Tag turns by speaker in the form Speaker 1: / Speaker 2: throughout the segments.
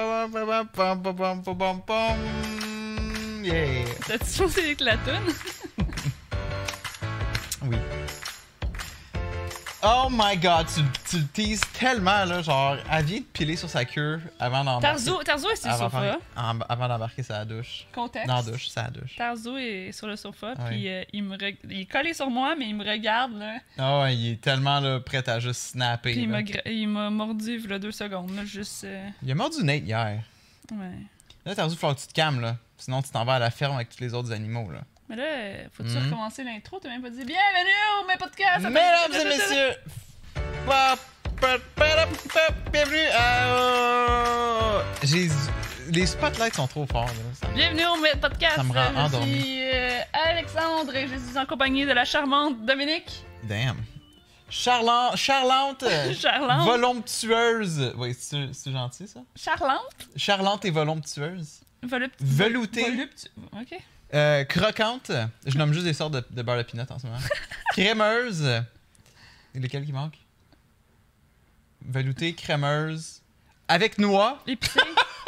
Speaker 1: Pam, pam, pam, pam, pam, pam, pam. Yeah.
Speaker 2: T'as-tu choisi la toune?
Speaker 1: Ah, Oui. Oh my god, tu, tu le teases tellement, là. Genre, elle vient de piler sur sa queue avant d'embarquer.
Speaker 2: Tarzo, Tarzo est sur le
Speaker 1: avant,
Speaker 2: sofa.
Speaker 1: en- avant d'embarquer sa douche.
Speaker 2: Contexte.
Speaker 1: Dans la douche, Ah, sa douche.
Speaker 2: Tarzo est sur le sofa,
Speaker 1: Ouais.
Speaker 2: puis euh, il, me re- il est collé sur moi, mais il me regarde, là.
Speaker 1: Ah ouais, il est tellement là, prêt à juste snapper.
Speaker 2: Puis il
Speaker 1: là.
Speaker 2: m'a gra- il m'a mordu, là, deux secondes, là, juste... euh,
Speaker 1: Il a mordu Nate hier.
Speaker 2: ouais.
Speaker 1: Là, t'as dû falloir que tu te calmes, là. Sinon, tu t'en vas à la ferme avec tous les autres animaux, là.
Speaker 2: Mais là, euh, faut-tu
Speaker 1: Mhm.
Speaker 2: recommencer l'intro? T'as même pas dit « Bienvenue au mes podcasts! »
Speaker 1: Mesdames et messieurs, pa- pa- pa- pa- bienvenue à... J'ai- Les spotlights sont trop forts, là. Ça-
Speaker 2: Bienvenue au mes podcasts!
Speaker 1: Ça me rend
Speaker 2: Je
Speaker 1: endormi.
Speaker 2: suis euh, Alexandre et je suis en compagnie de la charmante Dominique
Speaker 1: Damn. Charlan- Charlante, euh,
Speaker 2: Charlante.
Speaker 1: voluptueuse. Oui, c'est c'est gentil, ça.
Speaker 2: Charlante?
Speaker 1: Charlante et voluptueuse.
Speaker 2: Volupt...
Speaker 1: Veloutée.
Speaker 2: Voluptu- OK.
Speaker 1: Euh, croquante. Je nomme juste des sortes de, de beurre de pinot en ce moment. crémeuse. Et Lesquelles qui manquent? Veloutée, crémeuse. Avec noix,
Speaker 2: Épicée.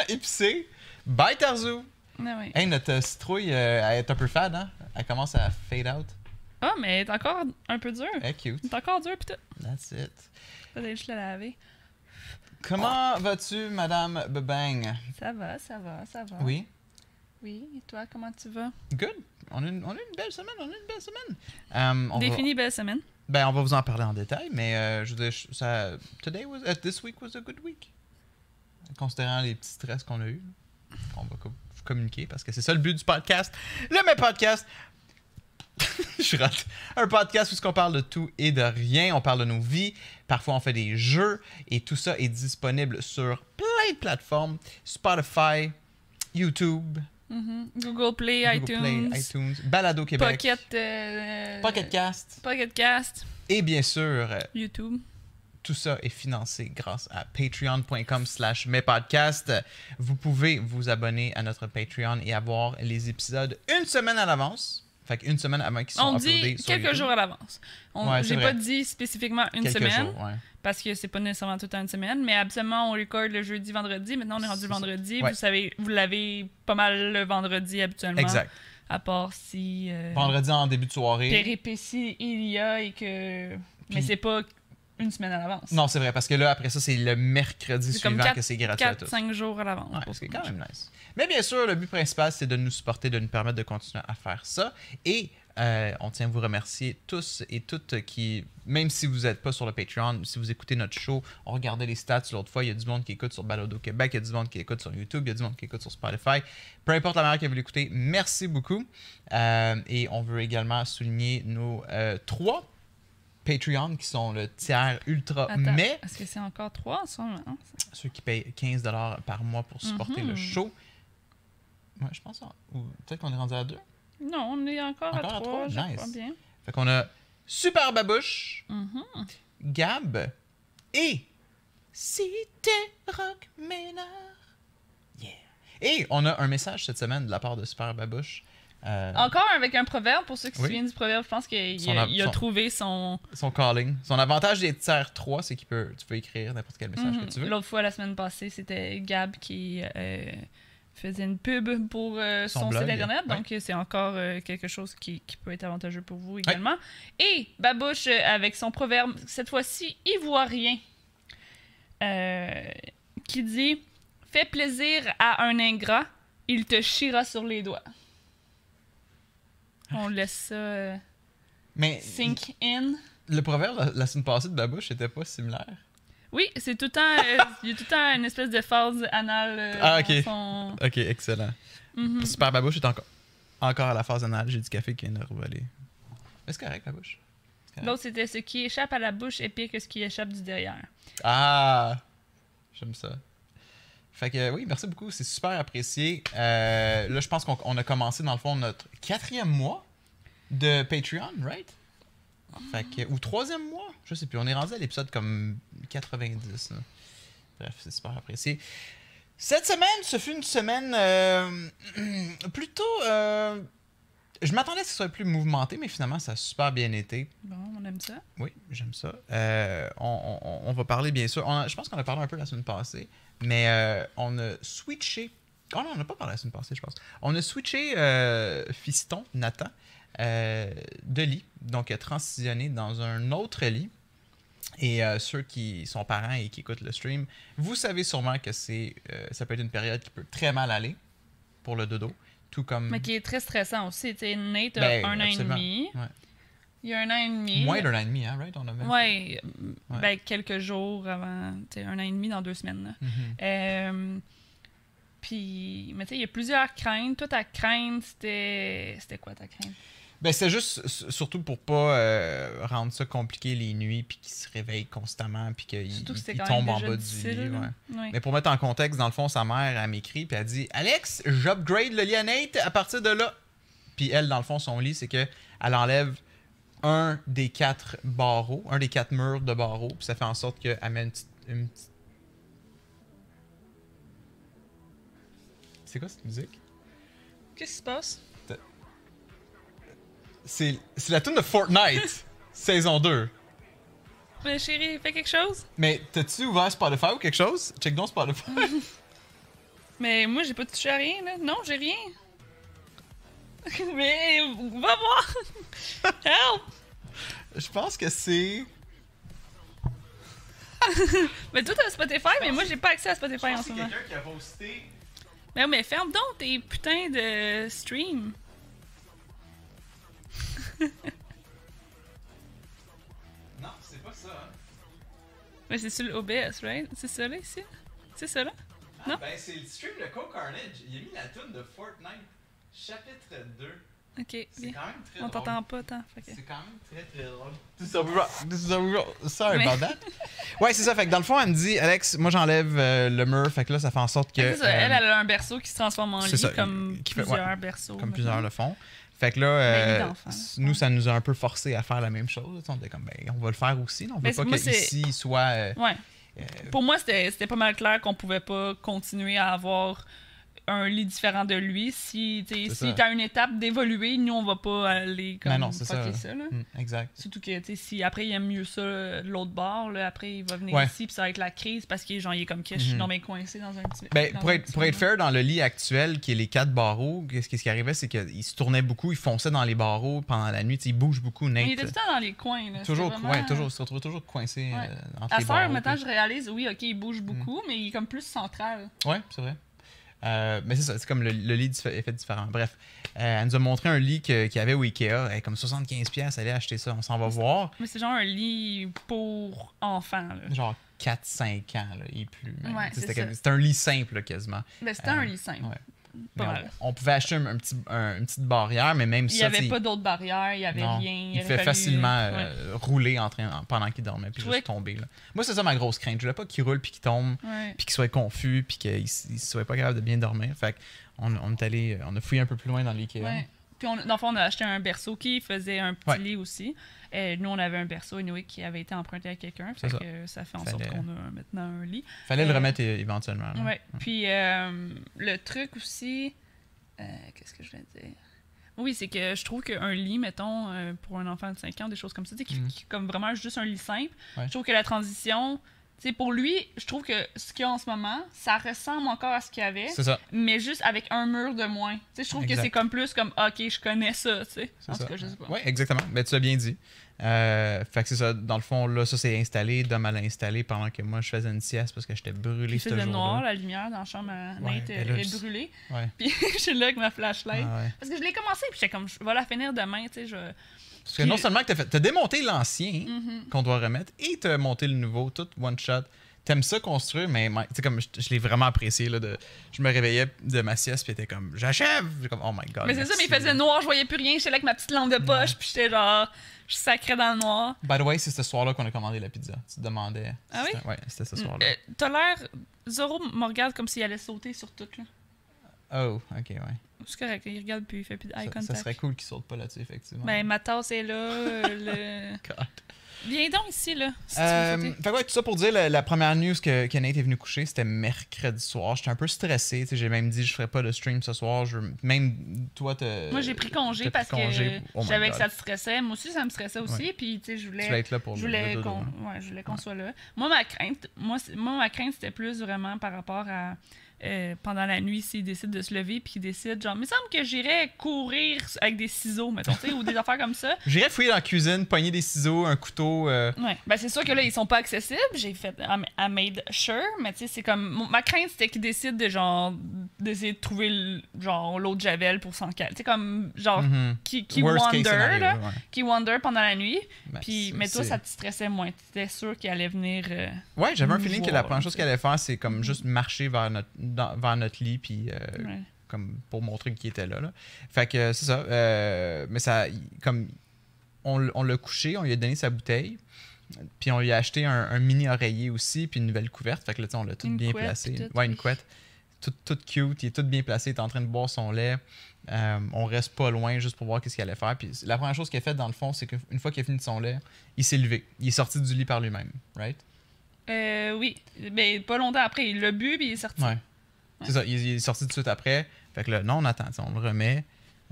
Speaker 1: épicée. Bye Tarzou!
Speaker 2: ah oui.
Speaker 1: Hey, notre euh, citrouille, euh, elle est un peu fade, hein? Elle commence à fade out.
Speaker 2: Ah, mais elle est encore un peu dure.
Speaker 1: Elle est cute.
Speaker 2: Elle est encore dure, pis tout.
Speaker 1: That's it.
Speaker 2: Peut-être je la laver.
Speaker 1: Comment vas-tu, Madame Bebang?
Speaker 2: Ça va, ça va, ça va.
Speaker 1: Oui.
Speaker 2: Oui, et toi, comment tu vas?
Speaker 1: Good. On a une, on a une belle semaine, on a une belle semaine. Um, on, va,
Speaker 2: Définis belle semaine.
Speaker 1: ben, on va vous en parler en détail, mais euh, je veux dire, je- ça, today was, uh, this week was a good week. Considérant les petits stress qu'on a eus, on va co- communiquer parce que c'est ça le but du podcast. Le même podcast. je rate. Un podcast où on parle de tout et de rien. On parle de nos vies. Parfois, on fait des jeux. Et tout ça est disponible sur plein de plateformes. Spotify, YouTube,
Speaker 2: Mhm. Google Play,
Speaker 1: Google
Speaker 2: iTunes,
Speaker 1: Play, iTunes, Balado Québec,
Speaker 2: Pocket, euh,
Speaker 1: Pocket Cast.
Speaker 2: Pocket Cast,
Speaker 1: Et bien sûr, euh,
Speaker 2: YouTube.
Speaker 1: tout ça est financé grâce à patreon.com slash mespodcasts. Vous pouvez vous abonner à notre Patreon et avoir les épisodes une semaine à l'avance. Fait qu'une semaine avant qu'ils soient
Speaker 2: On
Speaker 1: uploadés
Speaker 2: dit
Speaker 1: sur
Speaker 2: quelques
Speaker 1: YouTube.
Speaker 2: jours à l'avance. On-
Speaker 1: Ouais, c'est
Speaker 2: J'ai
Speaker 1: vrai.
Speaker 2: pas dit spécifiquement une
Speaker 1: Quelques
Speaker 2: semaine,
Speaker 1: jours, ouais.
Speaker 2: parce que c'est pas nécessairement tout le temps une semaine, mais absolument on record le jeudi, vendredi. Maintenant on est rendu
Speaker 1: C'est
Speaker 2: le
Speaker 1: ça.
Speaker 2: vendredi.
Speaker 1: Ouais.
Speaker 2: Vous savez, vous l'avez pas mal le vendredi habituellement.
Speaker 1: Exact.
Speaker 2: À part si euh,
Speaker 1: Vendredi en début de soirée.
Speaker 2: péripéties il y a et que. mais
Speaker 1: Puis-
Speaker 2: c'est pas une semaine à l'avance.
Speaker 1: Non, c'est vrai, parce que là, après ça, c'est le mercredi
Speaker 2: C'est comme
Speaker 1: suivant
Speaker 2: quatre-
Speaker 1: que c'est gratuit à tous.
Speaker 2: 4-5 jours à l'avance.
Speaker 1: Ouais,
Speaker 2: pour
Speaker 1: c'est
Speaker 2: ça.
Speaker 1: quand même nice. Mais bien sûr, le but principal, c'est de nous supporter, de nous permettre de continuer à faire ça. Et euh, on tient à vous remercier tous et toutes qui, même si vous n'êtes pas sur le Patreon, si vous écoutez notre show, on regardait les stats l'autre fois, il y a du monde qui écoute sur Balado Québec, il y a du monde qui écoute sur YouTube, il y a du monde qui écoute sur Spotify. Peu importe la manière que vous l'écoutez, merci beaucoup. Euh, et on veut également souligner nos euh, trois Patreon qui sont le tiers ultra
Speaker 2: Attends,
Speaker 1: mais
Speaker 2: Est-ce que c'est encore 3 en ce moment? hein?
Speaker 1: ceux qui payent 15 par mois pour supporter
Speaker 2: Mhm.
Speaker 1: le show. Ouais, je pense. hein. Ou peut-être qu'on est rendu à deux.
Speaker 2: Non, on est encore,
Speaker 1: Encore
Speaker 2: à
Speaker 1: à trois?
Speaker 2: 3. Je
Speaker 1: Nice. Ah.
Speaker 2: crois bien.
Speaker 1: Fait qu'on a Super Babouche,
Speaker 2: Mhm.
Speaker 1: Gab et Cité Rock Ménard. Yeah. Et on a un message cette semaine de la part de Super Babouche. Euh,
Speaker 2: Encore avec un proverbe. Pour ceux qui se
Speaker 1: Oui.
Speaker 2: souviennent du proverbe, je pense qu'il
Speaker 1: Son
Speaker 2: a,
Speaker 1: av-
Speaker 2: il a
Speaker 1: son-
Speaker 2: trouvé son.
Speaker 1: Son calling. Son avantage des tiers 3, c'est qu'il peut, tu peux écrire n'importe quel message
Speaker 2: Mhm.
Speaker 1: que tu veux.
Speaker 2: L'autre fois, la semaine passée, c'était Gab qui euh, faisait une pub pour euh,
Speaker 1: Son
Speaker 2: son, site
Speaker 1: blog,
Speaker 2: internet.
Speaker 1: ouais.
Speaker 2: Donc, c'est encore euh, quelque chose qui, qui peut être avantageux pour vous également. Et Babouche, euh, avec son proverbe, cette fois-ci, ivoirien, euh, qui dit Fais plaisir à un ingrat, il te chira sur les doigts. On laisse ça euh,
Speaker 1: Mais
Speaker 2: sink in.
Speaker 1: le proverbe la, la semaine passée de Babouche n'était pas similaire.
Speaker 2: Oui, c'est tout le temps. euh, Il y a tout le temps une espèce de phase anale. euh,
Speaker 1: Ah,
Speaker 2: dans
Speaker 1: ok.
Speaker 2: son-
Speaker 1: Ok, excellent.
Speaker 2: Mhm.
Speaker 1: Super Babouche est encore, encore à la phase anale. J'ai du café qui vient de revoler. Mais c'est correct, Babouche. C'est correct.
Speaker 2: L'autre, c'était ce qui échappe à la bouche est pire que ce qui échappe du derrière.
Speaker 1: Ah! J'aime ça. Fait que oui, merci beaucoup. C'est super apprécié. Euh, là, je pense qu'on on a commencé, dans le fond, notre quatrième mois de Patreon, right? Fait que, ou troisième mois, je sais plus. On est rendu à l'épisode comme 90. là. Bref, c'est super apprécié. Cette semaine, ce fut une semaine euh, plutôt. euh, je m'attendais à ce que ce soit plus mouvementé, mais finalement, ça a super bien été.
Speaker 2: Bon, on aime ça.
Speaker 1: Oui, j'aime ça. Euh, on, on- on va parler, bien sûr. on a- je pense qu'on a parlé un peu la semaine passée Mais euh, on a switché. Oh non, on n'a pas parlé la semaine passée, je pense. On a switché euh, Fiston, Nathan, euh, de lit. Donc, il a transitionné dans un autre lit. Et euh, ceux qui sont parents et qui écoutent le stream, vous savez sûrement que c'est, euh, ça peut être une période qui peut très mal aller pour le dodo. Tout comme.
Speaker 2: Mais qui est très stressant aussi. Tu sais, Nate a
Speaker 1: Mhm. Ben,
Speaker 2: un an et
Speaker 1: absolument.
Speaker 2: demi.
Speaker 1: Ouais.
Speaker 2: Il y a un an et demi.
Speaker 1: Moins d'un an et demi, hein, right? On a même-
Speaker 2: Ouais,
Speaker 1: Ouais.
Speaker 2: ben, quelques jours avant, tu sais, un an et demi dans deux semaines. là.
Speaker 1: Mhm.
Speaker 2: Euh, puis, mais tu sais, il y a plusieurs craintes. Toi, ta crainte, c'était. C'était quoi ta crainte?
Speaker 1: Ben, c'est juste s- surtout pour pas euh, rendre ça compliqué les nuits, puis qu'il se réveille constamment, puis qu'il
Speaker 2: Surtout que
Speaker 1: il-
Speaker 2: c'était
Speaker 1: il
Speaker 2: quand
Speaker 1: tombe
Speaker 2: même
Speaker 1: en
Speaker 2: déjà
Speaker 1: bas du
Speaker 2: difficile.
Speaker 1: lit.
Speaker 2: là.
Speaker 1: ouais.
Speaker 2: Ouais.
Speaker 1: Mais pour mettre en contexte, dans le fond, sa mère, elle m'écrit, puis elle dit Alex, j'upgrade le lit à Nate à partir de là. Puis elle, dans le fond, son lit, c'est que elle enlève un des quatre barreaux, un des quatre murs de barreaux, puis ça fait en sorte qu'elle met une petite. une petite- C'est quoi cette musique
Speaker 2: Qu'est-ce qui se passe?
Speaker 1: C'est c'est la tune de Fortnite, saison 2.
Speaker 2: Mais chérie, fais quelque chose?
Speaker 1: Mais t'as-tu ouvert Spotify ou quelque chose? Check donc Spotify.
Speaker 2: Mais moi, j'ai pas touché à rien, là. Non, j'ai rien. mais va voir! Help!
Speaker 1: Je pense que c'est.
Speaker 2: Mais toi, t'as Spotify, mais moi, j'ai pas accès à Spotify en ce moment.
Speaker 1: qui a posté.
Speaker 2: Mais, mais ferme donc tes putains de stream.
Speaker 1: Non, c'est pas ça.
Speaker 2: Mais c'est sur le OBS, right? C'est ça là, ici? C'est ça là? Non?
Speaker 1: Ben, c'est le stream de Co-Carnage. Il a mis la tune de Fortnite, chapitre 2.
Speaker 2: Ok, bien.
Speaker 1: quand même très
Speaker 2: On t'entend pas tant. fait que-
Speaker 1: quand même très très drôle. This is a rock. This is a rock. Sorry
Speaker 2: Mais-
Speaker 1: about that. Ouais, c'est ça. Fait que dans le fond, elle me dit, Alex, moi j'enlève euh, le mur. Fait que là, ça fait en sorte que.
Speaker 2: Ah, C'est ça,
Speaker 1: euh,
Speaker 2: elle, elle a un berceau qui se transforme en
Speaker 1: c'est
Speaker 2: lit
Speaker 1: ça,
Speaker 2: comme
Speaker 1: qui fait- ouais,
Speaker 2: plusieurs berceaux.
Speaker 1: comme
Speaker 2: maintenant.
Speaker 1: plusieurs le font. Fait que là,
Speaker 2: Mais lit
Speaker 1: euh,
Speaker 2: d'enfant,
Speaker 1: s-
Speaker 2: Ben, ouais.
Speaker 1: nous, ça nous a un peu forcé à faire la même chose. On était comme, ben, on va le faire aussi. On
Speaker 2: Mais
Speaker 1: veut
Speaker 2: c'est-
Speaker 1: pas
Speaker 2: moi,
Speaker 1: que
Speaker 2: c'est-
Speaker 1: ici il soit. euh,
Speaker 2: Ouais.
Speaker 1: euh,
Speaker 2: Pour moi, c'était c'était pas mal clair qu'on pouvait pas continuer à avoir un lit différent de lui. Si tu
Speaker 1: C'est
Speaker 2: sais,
Speaker 1: ça.
Speaker 2: si t'as une étape d'évoluer, nous, on va pas aller comme
Speaker 1: Non, non, c'est
Speaker 2: fucker
Speaker 1: ça.
Speaker 2: là.
Speaker 1: hmm, exact.
Speaker 2: Surtout que tu sais, si après il aime mieux ça euh, de l'autre bord, là, après il va venir
Speaker 1: Ouais.
Speaker 2: ici puis ça va être la crise parce qu'il est genre il est comme que je suis
Speaker 1: Mhm.
Speaker 2: non mais coincé dans un petit
Speaker 1: Ben,
Speaker 2: dans
Speaker 1: pour,
Speaker 2: un
Speaker 1: être,
Speaker 2: petit
Speaker 1: pour être
Speaker 2: moment.
Speaker 1: fair, dans le lit actuel, qui est les quatre barreaux, qu'est-ce qui- ce qui arrivait, c'est qu'il se tournait beaucoup, il fonçait dans les barreaux pendant la nuit, tu sais, il bouge beaucoup, Nate.
Speaker 2: Mais il était tout le temps dans les coins là.
Speaker 1: toujours,
Speaker 2: C'était
Speaker 1: ouais,
Speaker 2: vraiment- hein.
Speaker 1: toujours, il se retrouve toujours coincé
Speaker 2: Ouais.
Speaker 1: euh, entre
Speaker 2: À
Speaker 1: les
Speaker 2: soeur,
Speaker 1: barreaux.
Speaker 2: maintenant,
Speaker 1: puis- Mhm.
Speaker 2: je réalise, oui, ok, il bouge beaucoup, mais il est comme plus central.
Speaker 1: Ouais, c'est vrai. Euh, mais c'est ça, c'est comme le, le lit diffé- est fait différent. Bref, euh, elle nous a montré un lit que- qu'il y avait au Ikea, elle, comme 75$, piastres, allez acheter ça, on s'en va voir.
Speaker 2: Mais c'est genre un lit pour enfants. Là.
Speaker 1: Genre 4-5 ans, là, et plus. même.
Speaker 2: Ouais,
Speaker 1: Tu sais,
Speaker 2: c'est
Speaker 1: c'était
Speaker 2: ça.
Speaker 1: comme- C'était un lit simple, là, quasiment.
Speaker 2: Ben, c'était
Speaker 1: Euh,
Speaker 2: un lit simple.
Speaker 1: Mais
Speaker 2: Pas
Speaker 1: on-
Speaker 2: mal.
Speaker 1: on, pouvait acheter un, un petit, un- une petite barrière, mais même
Speaker 2: Il n'y
Speaker 1: ça, tu
Speaker 2: avait
Speaker 1: sais,
Speaker 2: pas d'autres barrières, il n'y avait
Speaker 1: Non,
Speaker 2: rien.
Speaker 1: Il
Speaker 2: aurait
Speaker 1: fait
Speaker 2: fallu-
Speaker 1: facilement
Speaker 2: Ouais.
Speaker 1: euh, rouler en train, en- pendant qu'il dormait, puis
Speaker 2: Je
Speaker 1: juste tomber. là. Moi, c'est ça ma grosse crainte. Je voulais pas qu'il roule, puis qu'il tombe,
Speaker 2: Ouais.
Speaker 1: puis qu'il soit confus, puis qu'il s- il soit pas capable de bien dormir. Fait qu'on on est allé, on a fouillé un peu plus loin dans l'IKEA.
Speaker 2: Ouais. Puis, on, dans le fond, on a acheté un berceau qui faisait un petit
Speaker 1: hein. Ouais.
Speaker 2: lit aussi. Euh, nous, on avait un berceau Inuit qui avait été emprunté à quelqu'un.
Speaker 1: C'est ça.
Speaker 2: Fait que ça fait en
Speaker 1: Fallait- euh,
Speaker 2: sorte qu'on a maintenant un lit.
Speaker 1: Fallait le
Speaker 2: Euh,
Speaker 1: remettre é- éventuellement. là.
Speaker 2: Ouais. Puis euh, le truc aussi, euh, qu'est-ce que je voulais dire? Oui, c'est que je trouve qu'un lit, mettons, euh, pour un enfant de 5 ans, des choses comme ça, tu sais, qui,
Speaker 1: Mhm.
Speaker 2: qui- comme vraiment juste un lit simple,
Speaker 1: Ouais.
Speaker 2: je trouve que la transition, tu sais, pour lui, je trouve que ce qu'il y a en ce moment, ça ressemble encore à ce qu'il y avait,
Speaker 1: C'est ça.
Speaker 2: mais juste avec un mur de moins. Tu sais, je trouve que
Speaker 1: Exact.
Speaker 2: c'est comme plus comme, ah, ok, je connais ça, tu sais.
Speaker 1: c'est
Speaker 2: En
Speaker 1: ça.
Speaker 2: tout cas, je sais pas.
Speaker 1: Ouais, exactement. Mais tu l'as bien dit. Euh, fait que c'est ça. Dans le fond, là, ça s'est installé. Dom elle l'a installé pendant que moi, je faisais une sieste parce que j'étais brûlé
Speaker 2: Il
Speaker 1: ce jour-là.
Speaker 2: faisait noir, la lumière dans la chambre à
Speaker 1: Ouais,
Speaker 2: Nate
Speaker 1: ben là,
Speaker 2: euh, est
Speaker 1: je-
Speaker 2: brûlée.
Speaker 1: Ouais.
Speaker 2: Puis je suis là avec ma flashlight.
Speaker 1: Ah ouais.
Speaker 2: Parce que je l'ai commencé, puis j'étais comme, je vais la finir demain, tu sais, je...
Speaker 1: Parce que non
Speaker 2: Puis-
Speaker 1: seulement que t'as fait- t'as démonté l'ancien,
Speaker 2: Mhm.
Speaker 1: qu'on doit remettre et te monter le nouveau, tout one shot. T'aimes ça construire, mais man- tu sais, comme je, je l'ai vraiment apprécié. Là, de, je me réveillais de ma sieste, puis j'étais comme j'achève! J'étais comme oh my god.
Speaker 2: Mais c'est ça, mais il
Speaker 1: merci.
Speaker 2: faisait noir, je voyais plus rien, j'étais là avec ma petite lampe de poche, puis j'étais genre, je sacrais dans le noir.
Speaker 1: By the way, c'est ce soir-là qu'on a commandé la pizza. Tu te demandais.
Speaker 2: Ah
Speaker 1: C'était- Ouais, c'était ce soir-là.
Speaker 2: Euh, T'as l'air. Zoro me regarde comme s'il allait sauter sur tout, là.
Speaker 1: Oh, ok, ouais.
Speaker 2: C'est correct, il regarde puis il fait plus d'eye
Speaker 1: Ça,
Speaker 2: contact.
Speaker 1: ça serait cool qu'ils sautent pas là-dessus, effectivement.
Speaker 2: Ben, ma tasse est là. euh, le-
Speaker 1: God.
Speaker 2: Viens donc ici, là. Si tu veux
Speaker 1: Euh,
Speaker 2: sauter.
Speaker 1: fait que ouais, tout ça pour dire, la, la première news que, que Nate est venu coucher, c'était mercredi soir. J'étais un peu stressé. tu sais, J'ai même dit, je ferai pas de stream ce soir. Je, veux- même toi, t'as-
Speaker 2: Moi, j'ai pris congé
Speaker 1: Euh, t'as
Speaker 2: parce que
Speaker 1: congé. Oh
Speaker 2: je
Speaker 1: my
Speaker 2: savais que
Speaker 1: God.
Speaker 2: ça te stressait. Moi aussi, ça me stressait aussi. Puis, tu sais, je
Speaker 1: Tu vas
Speaker 2: voulais.
Speaker 1: être là pour
Speaker 2: Je
Speaker 1: le- le
Speaker 2: voulais
Speaker 1: dodo,
Speaker 2: qu'on
Speaker 1: hein.
Speaker 2: ouais, je voulais qu'on soit là. Moi, ma crainte, moi, c'est- moi, ma crainte, c'était plus vraiment par rapport à euh, pendant la nuit, s'il décide de se lever puis qu'il décide, genre, il me semble que j'irais courir avec des ciseaux, mettons, tu sais, ou des affaires comme ça.
Speaker 1: J'irais fouiller dans la cuisine, pogner des ciseaux, un couteau. euh,
Speaker 2: Ouais. Ben, c'est sûr que là, ils sont pas accessibles. J'ai fait I I made sure, mais tu sais, c'est comme. mon- Ma crainte, c'était qu'ils décident de genre. d'essayer de trouver le- genre l'autre javel pour s'en caler. Tu sais, comme genre.
Speaker 1: mhm.
Speaker 2: Qui, Oh. qui
Speaker 1: Worst
Speaker 2: wander,
Speaker 1: case scenario,
Speaker 2: là,
Speaker 1: ouais.
Speaker 2: qui wander pendant la nuit.
Speaker 1: Ben,
Speaker 2: Puis,
Speaker 1: c'est-
Speaker 2: mais toi,
Speaker 1: c'est-
Speaker 2: ça te stressait moins. T'étais sûr qu'il allait venir. euh,
Speaker 1: Ouais, j'avais un
Speaker 2: nous
Speaker 1: feeling que la
Speaker 2: voir,
Speaker 1: première chose
Speaker 2: tu
Speaker 1: qu'elle allait faire, c'est comme juste marcher vers notre, dans- vers notre lit, puis euh,
Speaker 2: ouais.
Speaker 1: comme pour montrer qu'il était là. là. Fait que euh, c'est ça. euh, mais ça, il- comme on, l- on l'a couché, on lui a donné sa bouteille, puis on lui a acheté un, un mini oreiller aussi, puis une nouvelle couverte. Fait que là, tu sais, on l'a tout
Speaker 2: Une
Speaker 1: bien
Speaker 2: couette,
Speaker 1: placé.
Speaker 2: puis tout,
Speaker 1: ouais, une
Speaker 2: oui.
Speaker 1: couette. Tout, tout cute, il est tout bien placé, il est en train de boire son lait. Euh, on reste pas loin juste pour voir qu'est-ce qu'il allait faire. Puis la première chose qu'il a faite, dans le fond, c'est qu'une fois qu'il a fini son lait, il s'est levé. Il est sorti du lit par lui-même, right?
Speaker 2: Euh, oui. Mais pas longtemps après, il l'a bu, puis il est sorti.
Speaker 1: Ouais. C'est ça, il, il est sorti tout de suite après. Fait que là, non, on attend, tu sais, on le remet.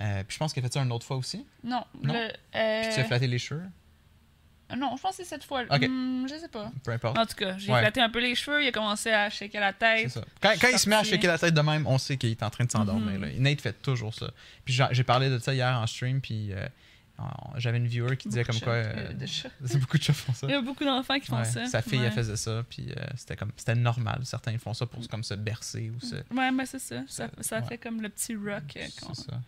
Speaker 1: Euh, puis je pense qu'il a fait ça une autre fois aussi.
Speaker 2: Non.
Speaker 1: Non.
Speaker 2: le-
Speaker 1: Puis
Speaker 2: euh,
Speaker 1: tu as flatté les cheveux,
Speaker 2: non, je pense que c'est cette fois-là.
Speaker 1: Ok.
Speaker 2: Hmm, je sais pas.
Speaker 1: peu importe.
Speaker 2: En tout cas, j'ai
Speaker 1: Ouais.
Speaker 2: flatté un peu les cheveux, il a commencé à shaker la tête.
Speaker 1: C'est ça. Quand, quand il se met à
Speaker 2: sorti. hein.
Speaker 1: shaker la tête de même, on sait qu'il est en train de s'endormir.
Speaker 2: Mhm.
Speaker 1: là. Nate fait toujours ça. Puis j'en- j'ai parlé de ça hier en stream, puis euh, on- j'avais une viewer qui disait comme
Speaker 2: Beaucoup de
Speaker 1: quoi.
Speaker 2: chats,
Speaker 1: euh,
Speaker 2: euh, de chats.
Speaker 1: c'est beaucoup de chats font ça.
Speaker 2: Il y a beaucoup d'enfants qui font
Speaker 1: Ouais,
Speaker 2: ça.
Speaker 1: Sa fille,
Speaker 2: ouais.
Speaker 1: elle faisait ça, puis euh, c'était comme c'était normal. Certains ils font ça pour comme se bercer ou se.
Speaker 2: Ouais, mais c'est ça. Ça,
Speaker 1: Ça-
Speaker 2: ça
Speaker 1: ouais.
Speaker 2: fait comme le petit rock. euh, qu'on-
Speaker 1: C'est ça.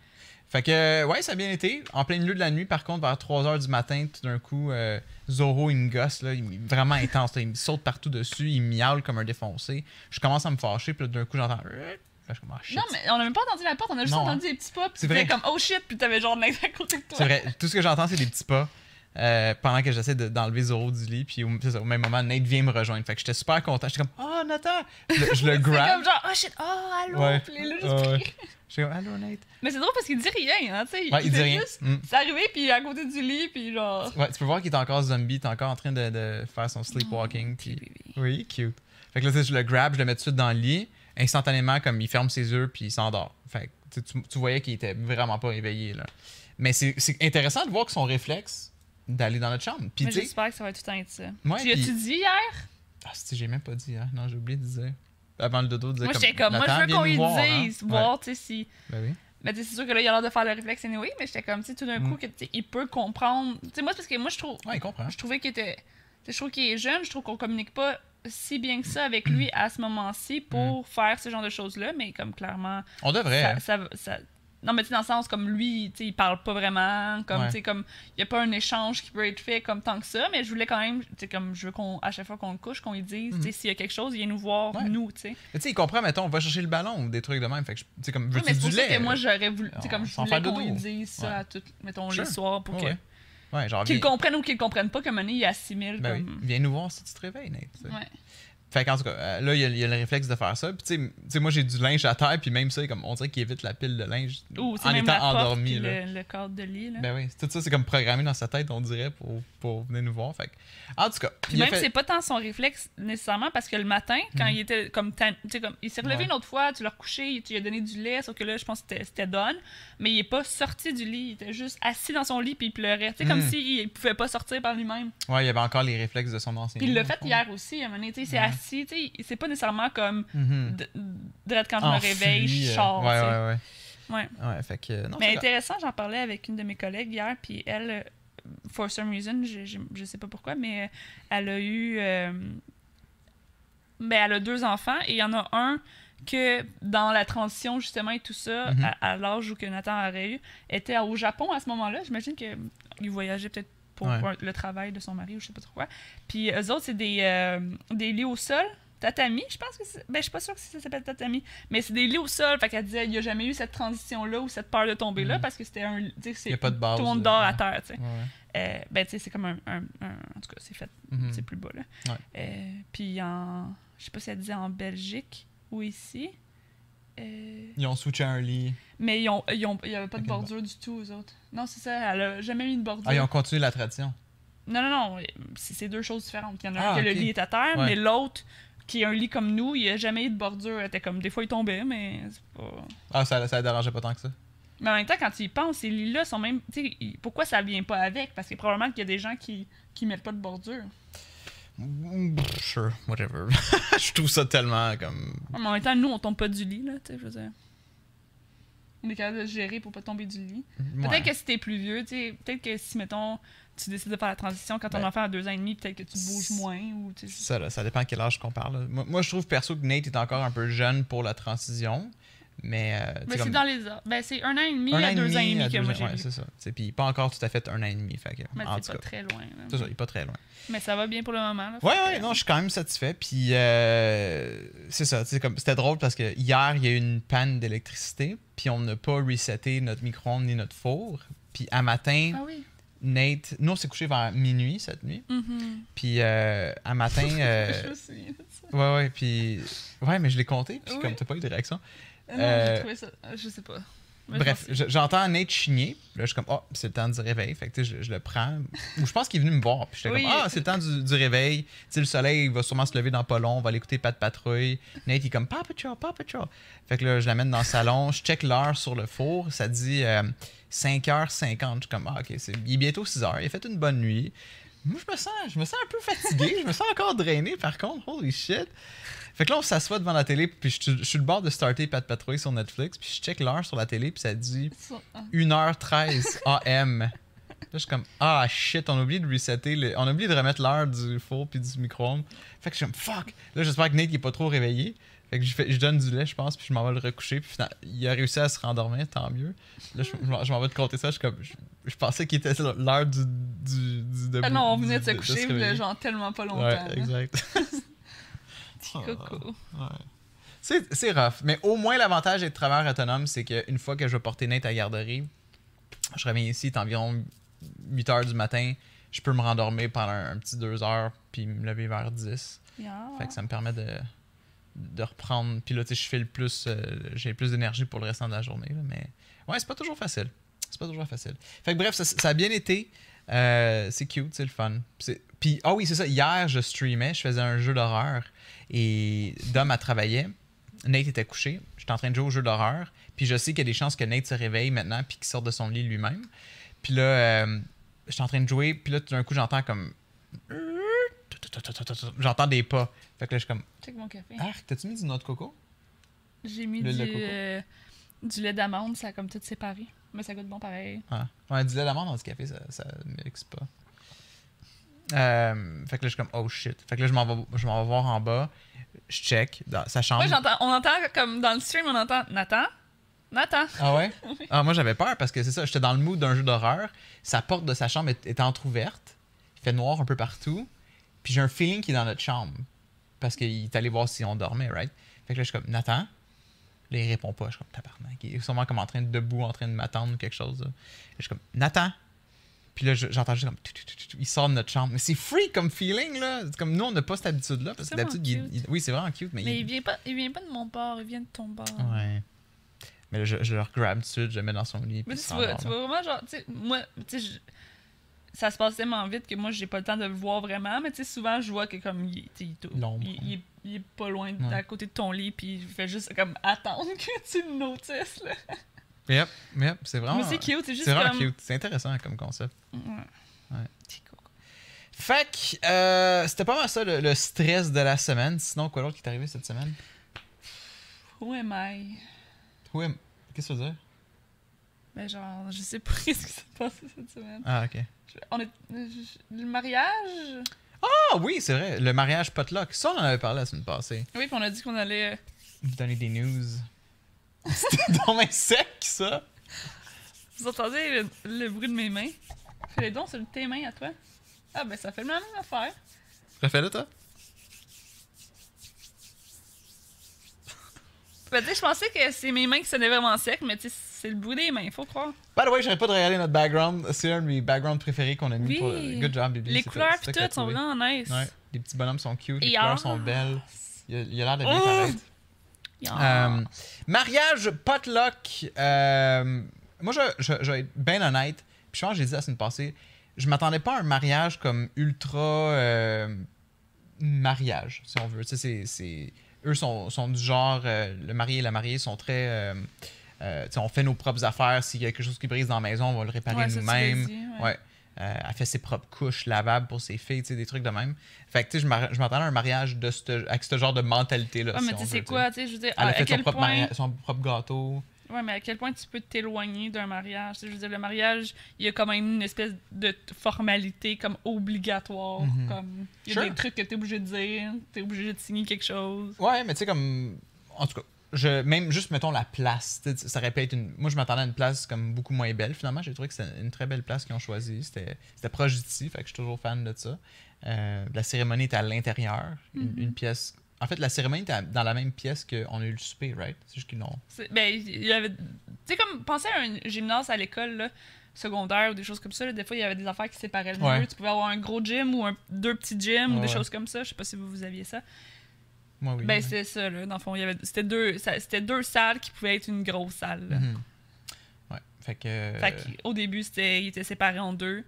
Speaker 1: Fait que, euh, ouais, ça a bien été. En plein milieu de la nuit, par contre, vers 3h du matin, tout d'un coup, euh, Zoro, il me gosse, là, il est vraiment intense. là. il me saute partout dessus, il miaule comme un défoncé. Je commence à me fâcher, puis là, d'un coup, j'entends. euh, Là, je commence à shit.
Speaker 2: Non, mais on n'a même pas entendu la porte, on a juste
Speaker 1: Non, hein.
Speaker 2: entendu des petits pas. Puis
Speaker 1: C'est
Speaker 2: t'étais
Speaker 1: vrai.
Speaker 2: comme oh shit, puis t'avais genre Nate à côté de toi.
Speaker 1: C'est vrai, tout ce que j'entends, c'est des petits pas. euh, pendant que j'essaie de- d'enlever Zoro du lit, puis au, c'est ça, au même moment, Nate vient me rejoindre. Fait que j'étais super content. J'étais comme, oh, Nathan! Je, je le
Speaker 2: C'est
Speaker 1: grab.
Speaker 2: comme genre oh shit, oh allô.
Speaker 1: Ouais. Ah,
Speaker 2: Puis là, juste
Speaker 1: Ouais, ouais.
Speaker 2: crier.
Speaker 1: J'étais comme, allô, Nate.
Speaker 2: Mais c'est drôle parce qu'il dit rien, hein, tu sais.
Speaker 1: Ouais, il dit
Speaker 2: fait
Speaker 1: rien.
Speaker 2: juste-
Speaker 1: Mm.
Speaker 2: C'est arrivé, puis il est à côté du lit, puis genre.
Speaker 1: Ouais, tu peux voir qu'il est encore zombie, il est encore en train de, de faire son sleepwalking.
Speaker 2: Petit
Speaker 1: Puis...
Speaker 2: bébé.
Speaker 1: Oui, cute. Fait que là, tu sais, je le grab, je le mets tout de suite dans le lit. Instantanément, comme il ferme ses yeux puis il s'endort. Fait que tu, sais, tu- tu voyais qu'il était vraiment pas réveillé. Là. Mais c'est c'est intéressant de voir que son réflexe d'aller dans notre chambre. Puis
Speaker 2: Mais
Speaker 1: tu sais,
Speaker 2: j'espère que ça va être tout le temps être ça.
Speaker 1: Ouais,
Speaker 2: tu l'as-tu
Speaker 1: puis-
Speaker 2: dit hier?
Speaker 1: ah, si, j'ai même pas dit, hein. non, j'ai oublié de dire. Avant le dodo, de dire
Speaker 2: Moi,
Speaker 1: comme,
Speaker 2: j'étais comme, moi,
Speaker 1: Nathan,
Speaker 2: je veux
Speaker 1: viens
Speaker 2: qu'on
Speaker 1: nous
Speaker 2: lui
Speaker 1: voir, hein.
Speaker 2: dise,
Speaker 1: Ouais.
Speaker 2: voir, tu sais, si.
Speaker 1: Ben oui.
Speaker 2: Mais tu sais, c'est sûr que là, il a l'air de faire le réflexe anyway, mais j'étais comme, tu sais, tout d'un
Speaker 1: Mm.
Speaker 2: coup, que, tu sais, il peut comprendre. Tu sais, moi, c'est parce que moi, je trouve.
Speaker 1: Ouais, il comprend.
Speaker 2: Je trouvais qu'il était. tu sais, Je trouve qu'il est jeune, je trouve qu'on communique pas si bien que ça avec lui à ce moment-ci pour
Speaker 1: Mm.
Speaker 2: faire ce genre de choses-là, mais comme clairement.
Speaker 1: On devrait. hein.
Speaker 2: ça- ça- ça- Non, mais tu sais, dans le sens comme lui, tu sais, il parle pas vraiment, comme,
Speaker 1: Ouais.
Speaker 2: tu sais, comme, il y a pas un échange qui peut être fait comme tant que ça, mais je voulais quand même, tu sais, comme, je veux qu'on, à chaque fois qu'on le couche, qu'on lui dise,
Speaker 1: Mhm.
Speaker 2: tu sais, s'il y a quelque chose, viens nous voir,
Speaker 1: Ouais.
Speaker 2: nous, tu sais.
Speaker 1: Mais tu sais, il comprend, mettons, on va chercher le ballon ou des trucs de même. Fait que, je- tu sais, comme,
Speaker 2: Oui,
Speaker 1: veux-tu
Speaker 2: mais c'est
Speaker 1: du
Speaker 2: pour ça
Speaker 1: lait?
Speaker 2: que moi, j'aurais voulu, tu sais,
Speaker 1: on
Speaker 2: comme, je
Speaker 1: s'en fait
Speaker 2: voulais
Speaker 1: de
Speaker 2: qu'on lui
Speaker 1: dos.
Speaker 2: dise ça
Speaker 1: Ouais.
Speaker 2: à tout, mettons,
Speaker 1: Sure.
Speaker 2: les soirs pour
Speaker 1: Ouais,
Speaker 2: que,
Speaker 1: ouais. Ouais, genre,
Speaker 2: qu'il
Speaker 1: viens,
Speaker 2: le comprenne ou qu'il le comprenne pas, comme un moment donné, il assimile,
Speaker 1: ben oui,
Speaker 2: comme...
Speaker 1: viens nous voir si tu te réveilles, Nate. tu sais.
Speaker 2: Ouais.
Speaker 1: Fait qu'en tout cas, euh, là, il y, a- il y a le réflexe de faire ça. Puis, tu sais, tu sais, moi, j'ai du linge à terre, puis même ça, comme, on dirait qu'il évite la pile de linge
Speaker 2: Ou c'est
Speaker 1: en
Speaker 2: même
Speaker 1: étant
Speaker 2: la porte
Speaker 1: endormi.
Speaker 2: puis
Speaker 1: là.
Speaker 2: Le, le cadre de lit, là.
Speaker 1: Ben oui, tout ça, c'est comme programmé dans sa tête, on dirait, pour, pour venir nous voir. Fait que, en tout cas,
Speaker 2: Puis
Speaker 1: il a
Speaker 2: même,
Speaker 1: fait- Mhm.
Speaker 2: c'est pas tant son réflexe nécessairement parce que le matin, quand il était comme. tan- tu sais, comme il s'est relevé
Speaker 1: Ouais.
Speaker 2: une autre fois, tu l'as recouché, tu lui as donné du lait, sauf que là, je pense que c'était- c'était done. Mais il est pas sorti du lit, il était juste assis dans son lit puis il pleurait. Tu sais, comme
Speaker 1: Mm.
Speaker 2: s'il pouvait pas sortir par lui-même.
Speaker 1: Ouais, il y avait encore les réflexes de son ancien.
Speaker 2: Puis il l'a
Speaker 1: dans le
Speaker 2: fait
Speaker 1: fond.
Speaker 2: hier aussi, à un moment donné, tu sais, il s'est
Speaker 1: Ouais.
Speaker 2: assis, tu sais, il- c'est pas nécessairement comme.
Speaker 1: Mhm.
Speaker 2: de- de- quand je me
Speaker 1: Enfui,
Speaker 2: réveille, je
Speaker 1: euh,
Speaker 2: sors. tu sais.
Speaker 1: Ouais, ouais,
Speaker 2: Ouais.
Speaker 1: ouais. Ouais, fait que, euh, non,
Speaker 2: Mais
Speaker 1: c'est-
Speaker 2: intéressant, j'en parlais avec une de mes collègues hier, puis elle, euh, for some reason, je, je, je sais pas pourquoi, mais euh, elle a eu. euh, ben, elle a deux enfants, et il y en a un que dans la transition, justement, et tout ça,
Speaker 1: Mhm.
Speaker 2: à, à l'âge où que Nathan aurait eu, était au Japon à ce moment-là. J'imagine qu'il voyageait peut-être pour
Speaker 1: Ouais.
Speaker 2: un- le travail de son mari ou je sais pas trop quoi. Puis eux autres, c'est des, euh, des lits au sol. Tatami, je pense que c'est. Ben, je suis pas sûre que ça s'appelle tatami. Mais c'est des lits au sol. Fait qu'elle disait, il n'y a jamais eu cette transition-là ou cette peur de tomber là
Speaker 1: Mhm.
Speaker 2: parce que c'était un. tu sais, c'est-
Speaker 1: Y a pas de base,
Speaker 2: Tout le
Speaker 1: là.
Speaker 2: monde dort à terre, tu sais.
Speaker 1: Ouais, ouais.
Speaker 2: Euh, ben, tu sais, c'est comme un, un- un- En tout cas, c'est fait.
Speaker 1: Mhm.
Speaker 2: C'est plus bas, là.
Speaker 1: Ouais.
Speaker 2: Euh, puis en. Je sais pas si elle disait en Belgique ou ici. euh,
Speaker 1: Ils ont switché un lit.
Speaker 2: Mais ils ont, ils ont- il y avait pas de
Speaker 1: Avec une
Speaker 2: bordure du tout, aux autres. Non, c'est ça, elle a jamais mis de bordure.
Speaker 1: Ah, ils ont continué la tradition.
Speaker 2: Non, non, non, c'est c'est deux choses différentes. Il y en a
Speaker 1: Ah,
Speaker 2: un que
Speaker 1: ok.
Speaker 2: le lit est à terre,
Speaker 1: Ouais.
Speaker 2: mais l'autre, qui est un lit comme nous, il a jamais eu de bordure. Elle était comme, des fois, il tombait, mais c'est pas...
Speaker 1: Ah, ça, ça dérangeait pas tant que ça.
Speaker 2: Mais en même temps, quand tu y penses, ces lits-là sont même... tu sais, ils- pourquoi ça vient pas avec? Parce que probablement qu'il y a des gens qui, qui mettent pas de bordure.
Speaker 1: Mm, Sure, whatever. je trouve ça tellement comme.
Speaker 2: Mais en même temps, nous, on tombe pas du lit, là, tu sais, je veux dire. On est capable de se gérer pour pas tomber du lit.
Speaker 1: Ouais.
Speaker 2: Peut-être que si t'es plus vieux, tu sais, peut-être que si, mettons, tu décides de faire la transition quand ton
Speaker 1: Ben.
Speaker 2: enfant a deux ans et demi, peut-être que tu bouges moins ou tu sais.
Speaker 1: Ça, là, ça dépend à quel âge qu'on parle. là. Moi, moi, je trouve perso que Nate est encore un peu jeune pour la transition. Mais. euh, tu sais,
Speaker 2: Mais c'est
Speaker 1: comme
Speaker 2: dans les ordres. Ben, c'est un an et demi
Speaker 1: un
Speaker 2: à deux ans et
Speaker 1: à
Speaker 2: demi que
Speaker 1: deux
Speaker 2: moi
Speaker 1: ans,
Speaker 2: j'ai
Speaker 1: ouais,
Speaker 2: lu.
Speaker 1: c'est ça. Tu sais, Puis pas encore tout à fait un an et demi. Fait que,
Speaker 2: Mais
Speaker 1: en
Speaker 2: c'est
Speaker 1: tout
Speaker 2: pas
Speaker 1: cas,
Speaker 2: très loin. là.
Speaker 1: c'est ça, il est pas très loin.
Speaker 2: Mais ça va bien pour le moment. là.
Speaker 1: Ouais,
Speaker 2: Fait
Speaker 1: ouais,
Speaker 2: que-
Speaker 1: non, je suis quand même satisfait. Puis euh, c'est ça, tu sais, comme c'était drôle parce que hier, il y a eu une panne d'électricité, puis on n'a pas reseté notre micro-ondes ni notre four. Puis à matin,
Speaker 2: Ah oui.
Speaker 1: Nate, nous on s'est couché vers minuit cette nuit.
Speaker 2: Mhm.
Speaker 1: Puis euh, à matin,
Speaker 2: Je
Speaker 1: euh,
Speaker 2: me souviens de ça.
Speaker 1: ouais, ouais, puis ouais, mais je l'ai compté, puis
Speaker 2: Oui.
Speaker 1: comme t'as pas eu de réaction.
Speaker 2: Ah non,
Speaker 1: euh,
Speaker 2: j'ai trouvé ça. euh, Je sais pas. Mais
Speaker 1: Bref,
Speaker 2: je pense-
Speaker 1: je- j'entends Nate chigner. Là, je suis comme, ah, c'est le temps du réveil. Fait que, tu sais, je, je le prends. Ou je pense qu'il est venu me voir. Puis j'étais
Speaker 2: Oui.
Speaker 1: comme, ah, c'est le temps du, du réveil. Tu sais, le soleil, il va sûrement se lever dans pas long. On va aller écouter Pat Patrouille. Nate, il est comme, Papa Chow, Papa Chow. Fait que là, je l'amène dans le salon. Je check l'heure sur le four. Ça dit euh, 5h50. Je suis comme, ah, ok, c'est- il est bientôt 6h. Il a fait une bonne nuit. Moi, je me sens, je me sens un peu fatigué. je me sens encore drainé, par contre. Holy shit. Fait que là, on s'assoit devant la télé, puis je, je suis le bord de starter Pat Patrouille sur Netflix, puis je check l'heure sur la télé, puis ça dit
Speaker 2: Sur- ah.
Speaker 1: 1h13 AM. Là, je suis comme, ah shit, on a oublié de resetter, le- on a oublié de remettre l'heure du four puis du micro-ondes. Fait que je suis comme, fuck. Là, j'espère que Nate, il est pas trop réveillé. Fait que je, fais- je donne du lait, je pense, puis je m'en vais le recoucher. Puis finalement, il a réussi à se rendormir, tant mieux. Là, je, je m'en- je m'en vais te compter ça. Je, suis comme, je, je pensais qu'il était sur l'heure du. du, du de-
Speaker 2: Ah non, on venait de
Speaker 1: du-
Speaker 2: se coucher,
Speaker 1: réveiller.
Speaker 2: là, genre tellement pas longtemps.
Speaker 1: Ouais,
Speaker 2: là.
Speaker 1: exact.
Speaker 2: Coco.
Speaker 1: Ouais. C'est c'est rough, mais au moins l'avantage d'être travailleur autonome, c'est qu'une fois que je vais porter Nate à la garderie, je reviens ici, il est environ 8 h du matin, je peux me rendormir pendant un petit 2 heures, puis me lever vers 10.
Speaker 2: Yeah.
Speaker 1: Fait que ça me permet de, de reprendre. Puis là, tu sais, je fais le plus, euh, j'ai plus d'énergie pour le restant de la journée, là, mais ouais, c'est pas toujours facile. C'est pas toujours facile. Fait que bref, ça, ça a bien été. Euh, c'est cute, c'est le fun. Puis c'est- Puis, ah oui, c'est ça. Hier, je streamais, je faisais un jeu d'horreur et Dom a travaillé. Nate était couché. J'étais en train de jouer au jeu d'horreur. Puis je sais qu'il y a des chances que Nate se réveille maintenant puis qu'il sorte de son lit lui-même. Puis là, euh, j'étais en train de jouer. Puis là, tout d'un coup, j'entends comme. J'entends des pas. Fait que là, je suis comme.
Speaker 2: Check mon café.
Speaker 1: Ah, t'as-tu mis du noix de coco?
Speaker 2: J'ai mis
Speaker 1: le
Speaker 2: du,
Speaker 1: lait coco.
Speaker 2: euh, du lait d'amande, ça a comme tout séparé. Mais ça goûte bon pareil.
Speaker 1: Ah. Ouais, du lait d'amande dans du café, ça, ça mixe pas. Euh, fait que là, je suis comme, oh shit. Fait que là, je m'en vais, je m'en vais voir en bas. Je check dans sa chambre.
Speaker 2: Moi, j'entends, on entend comme dans le stream, on entend Nathan. Nathan.
Speaker 1: Ah ouais? Ah, moi, j'avais peur parce que c'est ça, j'étais dans le mood d'un jeu d'horreur. Sa porte de sa chambre est, est entr'ouverte. Il fait noir un peu partout. Puis j'ai un feeling qu'il est dans notre chambre. Parce qu'il est allé voir si on dormait, right? Fait que là, je suis comme, Nathan. Là, il répond pas. Je suis comme, tabarnak. Il est sûrement comme en train de debout, en train de m'attendre ou quelque chose. là. Je suis comme, Nathan. Puis là, je- j'entends juste comme, tout, tout, tout, tout, tout. il sort de notre chambre. Mais c'est free comme feeling, là. C'est Comme nous, on n'a pas cette habitude-là. Parce que
Speaker 2: C'est vraiment
Speaker 1: d'habitude, il- il- oui, c'est vraiment cute. Mais,
Speaker 2: Mais
Speaker 1: il-
Speaker 2: il vient pas, il vient pas de mon port, il vient de ton port.
Speaker 1: Ouais. Mais là, je, je le grab tout de suite, je le mets dans son lit. puis
Speaker 2: Mais tu
Speaker 1: il
Speaker 2: sais,
Speaker 1: s'en
Speaker 2: tu vois,
Speaker 1: dort,
Speaker 2: tu
Speaker 1: là.
Speaker 2: vois vraiment, genre, tu sais, moi, tu sais, je- ça se passe tellement vite que moi, j'ai pas le temps de le voir vraiment, mais tu sais, souvent, je vois que comme, il, tu sais, il, est-
Speaker 1: L'ombre.
Speaker 2: il, il est- il est pas loin, de-
Speaker 1: Ouais.
Speaker 2: à côté de ton lit, puis je fais juste comme attendre que tu le notices, là.
Speaker 1: Yep, yep, c'est vraiment.
Speaker 2: mais c'est cute, c'est juste
Speaker 1: C'est vraiment
Speaker 2: comme...
Speaker 1: cute. C'est intéressant comme concept.
Speaker 2: Ouais.
Speaker 1: Ouais.
Speaker 2: Petit coco.
Speaker 1: Fait que, euh, c'était pas mal ça le, le stress de la semaine. Sinon, quoi d'autre qui est arrivé cette semaine
Speaker 2: Who am I?
Speaker 1: Oui, qu'est-ce que ça veut dire
Speaker 2: Ben genre, je sais pas ce qui s'est passé cette semaine.
Speaker 1: Ah, ok.
Speaker 2: Je- on est... je- le mariage?
Speaker 1: Ah oui, c'est vrai, le mariage potluck. Ça, on en avait parlé la semaine passée.
Speaker 2: Oui, puis on a dit qu'on allait...
Speaker 1: Vous donnez des news. C'était dans mes sec, ça.
Speaker 2: Vous entendez le, le bruit de mes mains? Fais les dons sur tes mains à toi. Ah ben ça fait la même affaire.
Speaker 1: Refais-le, toi.
Speaker 2: Ben, tu sais, je pensais que c'est mes mains qui sonnaient vraiment sec, mais tu sais, c'est le bout des mains, faut croire.
Speaker 1: By the way, j'arrête pas de regarder notre background. C'est un de mes backgrounds préférés qu'on a mis
Speaker 2: Oui.
Speaker 1: pour. euh, Good job, Bibi.
Speaker 2: Les
Speaker 1: C'est-
Speaker 2: couleurs
Speaker 1: c'est
Speaker 2: pis
Speaker 1: ça que t'as
Speaker 2: tout sont
Speaker 1: trouvé.
Speaker 2: vraiment nice.
Speaker 1: Ouais, les petits bonhommes sont cute, les
Speaker 2: Et
Speaker 1: couleurs
Speaker 2: ah.
Speaker 1: sont belles. Il a- il a l'air de bien
Speaker 2: Oh!
Speaker 1: paraître.
Speaker 2: Ah.
Speaker 1: Euh, mariage, potluck. euh, moi, je, je- je vais être bien honnête. Puis je pense que j'ai dit la semaine passée, je m'attendais pas à un mariage comme ultra euh, mariage, si on veut. Tu sais, c'est- c'est- eux sont, sont du genre, euh, le marié et la mariée sont très. euh, euh, tu sais, on fait nos propres affaires. S'il y a quelque chose qui brise dans la maison, on va le réparer
Speaker 2: Ouais, ça, tu l'as
Speaker 1: nous-mêmes.
Speaker 2: dit, ouais.
Speaker 1: Ouais. Euh, elle fait ses propres couches lavables pour ses filles, tu sais, des trucs de même. Fait que, tu sais, je m'ar- je m'attendais à un mariage de ce- avec ce genre de mentalité-là.
Speaker 2: Ouais,
Speaker 1: si
Speaker 2: Ah, mais
Speaker 1: on
Speaker 2: tu sais,
Speaker 1: veut,
Speaker 2: c'est
Speaker 1: tu sais.
Speaker 2: quoi, tu sais, je veux dire,
Speaker 1: Elle
Speaker 2: à,
Speaker 1: a
Speaker 2: à
Speaker 1: fait son
Speaker 2: quel
Speaker 1: propre,
Speaker 2: point...
Speaker 1: mari- son propre gâteau.
Speaker 2: Ouais, mais à quel point tu peux t'éloigner d'un mariage? Tu sais, Je veux dire, le mariage, il y a quand même une espèce de t- formalité comme obligatoire.
Speaker 1: Mhm.
Speaker 2: comme, il y a
Speaker 1: Sure.
Speaker 2: des trucs que t'es obligé de dire, t'es obligé de signer quelque chose.
Speaker 1: Ouais, mais tu sais, comme. En tout cas, je, même juste, mettons, la place. tu sais, Ça aurait pu être une. Moi, je m'attendais à une place comme beaucoup moins belle. Finalement, j'ai trouvé que c'était une très belle place qu'ils ont choisie. C'était c'était proche d'ici, fait que je suis toujours fan de ça. Euh, la cérémonie était à l'intérieur, une,
Speaker 2: Mhm.
Speaker 1: une pièce. En fait, la cérémonie était à- dans la même pièce qu'on a eu le souper, right? C'est juste qu'ils l'ont.
Speaker 2: C'est- Ben, il y avait... Tu sais, comme, pensez à un gymnase à l'école, là, secondaire ou des choses comme ça. là. Des fois, il y avait des affaires qui séparaient le
Speaker 1: Ouais.
Speaker 2: lieu. Tu pouvais avoir un gros gym ou un- deux petits gyms ou
Speaker 1: Ouais, ouais.
Speaker 2: des choses comme ça. Je sais pas si vous, vous aviez ça.
Speaker 1: Moi, oui.
Speaker 2: Ben, c'était ça, là, dans le fond. il y avait- C'était deux, ça- c'était deux salles qui pouvaient être une grosse salle. là.
Speaker 1: Mhm. Ouais, fait que.
Speaker 2: Fait qu'au début, c'était, ils étaient séparés en deux.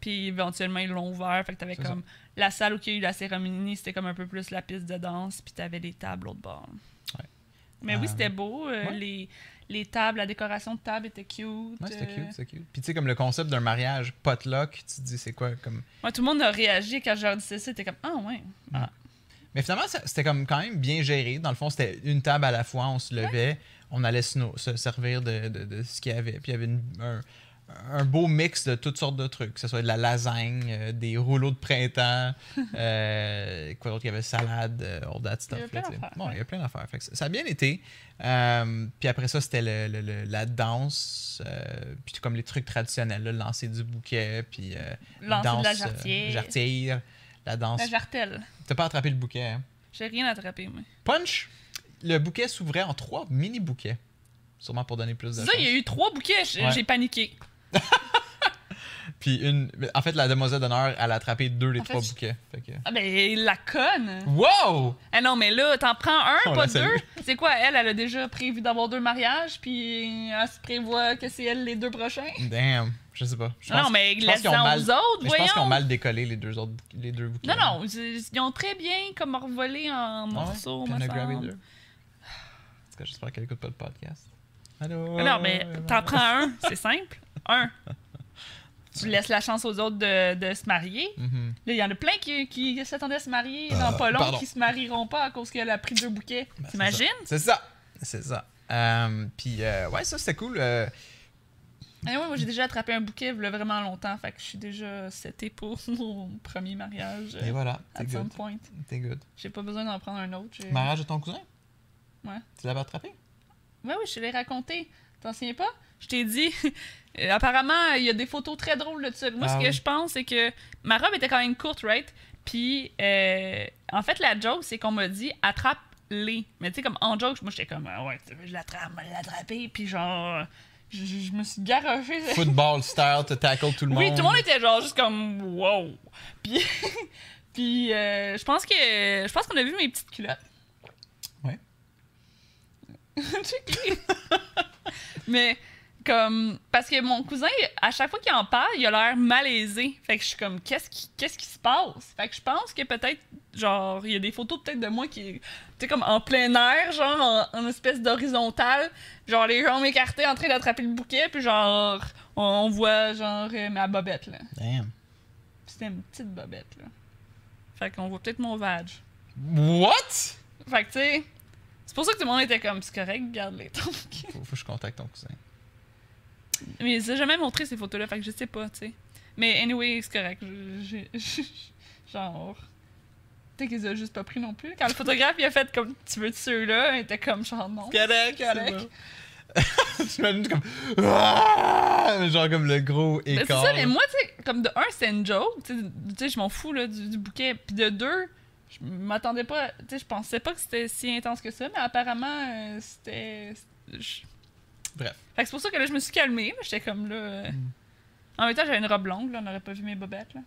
Speaker 2: Puis éventuellement, ils l'ont ouvert. Fait que t'avais
Speaker 1: C'est
Speaker 2: comme la salle où il y a eu la cérémonie, c'était comme un peu plus la piste de danse. Puis t'avais les tables l'autre bord.
Speaker 1: Ouais.
Speaker 2: Mais
Speaker 1: Euh,
Speaker 2: oui, c'était beau. euh,
Speaker 1: ouais.
Speaker 2: les, les tables, la décoration de table était cute.
Speaker 1: Ouais, c'était
Speaker 2: euh.
Speaker 1: cute, c'était cute. Puis tu sais, comme le concept d'un mariage potluck, tu te dis, c'est quoi? Comme.
Speaker 2: Ouais, tout le monde a réagi quand je leur disais ça. C'était comme Ah, ouais.
Speaker 1: Mais finalement, ça- c'était comme quand même bien géré. Dans le fond, c'était une table à la fois, on se levait, on allait se, no- se servir de, de- de ce qu'il y avait. Puis il y avait une- un, un beau mix de toutes sortes de trucs, que ce soit de la lasagne, euh, des rouleaux de printemps, euh, quoi d'autre, il y avait salade, euh, all that stuff.
Speaker 2: Il y avait
Speaker 1: là,
Speaker 2: plein
Speaker 1: tu sais.
Speaker 2: d'affaires,
Speaker 1: Bon,
Speaker 2: ouais.
Speaker 1: il y a plein d'affaires. Fait que Ça ça a bien été. Euh, puis après ça, c'était le- le- le- la danse, euh, puis tout comme les trucs traditionnels, là, le lancer du bouquet, puis euh,
Speaker 2: Lancer de la
Speaker 1: danse, euh,
Speaker 2: jarretière.
Speaker 1: jarretière, la danse.
Speaker 2: La jartelle.
Speaker 1: T'as pas attrapé le bouquet, hein?
Speaker 2: J'ai rien attrapé, moi.
Speaker 1: Punch, le bouquet s'ouvrait en trois mini-bouquets. Sûrement pour donner plus de
Speaker 2: C'est ça,
Speaker 1: chance.
Speaker 2: il y a eu trois bouquets. J'ai,
Speaker 1: Ouais.
Speaker 2: j'ai paniqué.
Speaker 1: Puis une... En fait, la demoiselle d'honneur, elle a attrapé deux des
Speaker 2: En fait,
Speaker 1: trois
Speaker 2: je-
Speaker 1: bouquets. Fait que...
Speaker 2: Ah, ben, la conne.
Speaker 1: Wow!
Speaker 2: Ah non, mais là, t'en prends un,
Speaker 1: On
Speaker 2: pas
Speaker 1: la salue.
Speaker 2: deux. C'est quoi, elle, elle a déjà prévu d'avoir deux mariages, puis elle se prévoit que c'est elle les deux prochains?
Speaker 1: Damn, je sais pas. Je
Speaker 2: non,
Speaker 1: pense-
Speaker 2: mais
Speaker 1: je pense qu'ils ont
Speaker 2: laisse-en
Speaker 1: mal-
Speaker 2: aux autres,
Speaker 1: mais je
Speaker 2: voyons.
Speaker 1: pense qu'ils ont mal décollé les deux autres bouquets- les deux bouquets.
Speaker 2: Non, non, ils ils ont très bien comme envolé en
Speaker 1: Ah ouais?
Speaker 2: morceaux,
Speaker 1: Puis
Speaker 2: me
Speaker 1: elle a grabé
Speaker 2: semble.
Speaker 1: deux. En tout cas, j'espère qu'elle écoute pas le podcast. Allô?
Speaker 2: Ah Non, mais t'en prends un, c'est simple. Un. Tu laisses la chance aux autres de, de se marier.
Speaker 1: Mhm.
Speaker 2: Là, il y en a plein qui, qui s'attendaient à se marier
Speaker 1: Ah,
Speaker 2: dans pas long,
Speaker 1: pardon.
Speaker 2: qui se marieront pas à cause qu'elle a pris deux bouquets.
Speaker 1: Ben, c'est
Speaker 2: T'imagines?
Speaker 1: C'est ça! C'est ça. Euh, puis, euh, ouais, ça, c'était cool. euh,
Speaker 2: Ah ouais, moi j'ai déjà attrapé un bouquet il y a vraiment longtemps, fait que je suis déjà setée pour mon premier mariage.
Speaker 1: et
Speaker 2: euh,
Speaker 1: voilà, Eh t'es
Speaker 2: At some
Speaker 1: good.
Speaker 2: point.
Speaker 1: T'es good.
Speaker 2: J'ai pas besoin d'en prendre un autre. j'ai-
Speaker 1: Mariage de ton cousin?
Speaker 2: Ouais.
Speaker 1: Tu l'avais attrapé?
Speaker 2: Ouais, oui, je te l'ai raconté. T'en souviens pas? Je t'ai dit. Euh, Apparemment, il y a des photos très drôles de ça. Moi,
Speaker 1: Ah
Speaker 2: ce que
Speaker 1: oui.
Speaker 2: je pense, c'est que ma robe était quand même courte, right? Puis, euh, en fait, la joke, c'est qu'on m'a dit attrape-les. Mais tu sais, comme en joke, moi, j'étais comme, ah ouais, je l'attrape, je vais l'attraper. Puis, genre, je, je- je me suis garochée.
Speaker 1: football style, tu tackle tout le
Speaker 2: Oui,
Speaker 1: monde.
Speaker 2: tout le monde était genre juste comme wow. Puis, puis euh, je pense que je pense qu'on a vu mes petites culottes.
Speaker 1: Ouais.
Speaker 2: Check-les. Mais comme parce que mon cousin à chaque fois qu'il en parle, il a l'air malaisé. Fait que je suis comme qu'est-ce qui qu'est-ce qui se passe Fait que je pense que peut-être genre il y a des photos peut-être de moi qui tu sais comme en plein air, genre en, en espèce d'horizontale, genre les jambes écartées en train d'attraper le bouquet puis genre on, on voit genre euh, ma bobette là.
Speaker 1: Damn.
Speaker 2: C'était une petite bobette, là. Fait qu'on voit peut-être mon vage.
Speaker 1: What?
Speaker 2: Fait que, tu sais, c'est pour ça que tout le monde était comme, c'est correct, garde les trucs.
Speaker 1: Faut, faut que je contacte ton cousin.
Speaker 2: Mais ils ont jamais montré ces photos-là, fait que je sais pas, tu sais. Mais anyway, c'est correct. Je- je- je- genre. Peut-être qu'ils ont juste pas pris non plus. Quand le photographe, il a fait comme, tu veux ceux-là, il était comme, genre, non.
Speaker 1: Correct,
Speaker 2: correct.
Speaker 1: tu m'as mis comme. Ah! Genre comme le gros
Speaker 2: Mais
Speaker 1: écart.
Speaker 2: c'est ça, mais moi, tu sais, comme de un, c'est une joke. Tu sais, tu sais, je m'en fous là, du, du bouquet. Puis de deux, je m'attendais pas. Tu sais, je pensais pas que c'était si intense que ça, mais apparemment, euh, c'était. je-
Speaker 1: Bref.
Speaker 2: Fait que c'est pour ça que là, je me suis calmée. là, J'étais comme là. euh,
Speaker 1: Mm.
Speaker 2: En même temps, j'avais une robe longue, là, on n'aurait pas vu mes bobettes. là.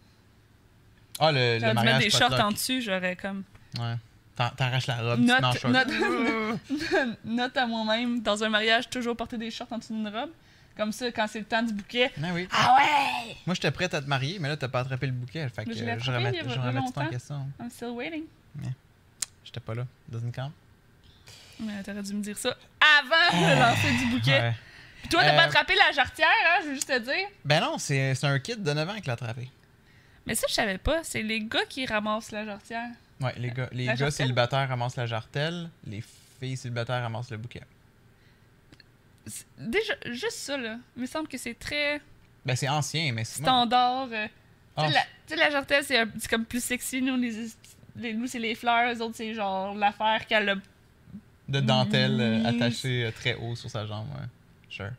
Speaker 1: Ah, le, le
Speaker 2: J'aurais dû mettre
Speaker 1: mariage.
Speaker 2: des shorts en
Speaker 1: potluck.
Speaker 2: dessus, j'aurais comme.
Speaker 1: Ouais. T'en- T'arraches la robe, tu
Speaker 2: Note-
Speaker 1: t'en choques.
Speaker 2: note- Note à moi-même, dans un mariage, toujours porter des shorts en dessous d'une robe. Comme ça, quand c'est le temps du bouquet.
Speaker 1: Ah oui.
Speaker 2: Ah ouais!
Speaker 1: Moi, j'étais prête à te marier, mais là, t'as pas attrapé le bouquet. Fait que
Speaker 2: Mais je l'ai
Speaker 1: euh, je
Speaker 2: attrapé
Speaker 1: remets,
Speaker 2: il y a
Speaker 1: je
Speaker 2: pas
Speaker 1: remets tout en
Speaker 2: longtemps.
Speaker 1: question.
Speaker 2: I'm still waiting.
Speaker 1: J'étais pas là, dans une camp.
Speaker 2: Mais t'aurais dû me dire ça avant de lancer du bouquet.
Speaker 1: Ouais.
Speaker 2: Puis toi, t'as
Speaker 1: Euh,
Speaker 2: pas attrapé la jarretière, hein, je veux juste te dire.
Speaker 1: Ben non, c'est c'est un kid de 9 ans qui l'a attrapé.
Speaker 2: Mais ça, je savais pas. C'est les gars qui ramassent la jarretière.
Speaker 1: Ouais, les gars, les
Speaker 2: La
Speaker 1: gars
Speaker 2: jartelle?
Speaker 1: célibataires ramassent la jartelle, les filles célibataires ramassent le bouquet.
Speaker 2: C'est- Déjà, juste ça, là. Il me semble que c'est très
Speaker 1: Ben c'est ancien, mais c'est. moi-
Speaker 2: standard. euh, Tu
Speaker 1: Ah,
Speaker 2: sais, la- tu sais, la jartelle, c'est un- c'est comme plus sexy. Nous, les, les- nous c'est les fleurs. Eux autres, c'est genre l'affaire qu'elle a.
Speaker 1: de dentelle euh,
Speaker 2: Oui.
Speaker 1: attachée euh, très haut sur sa jambe, ouais. Sure.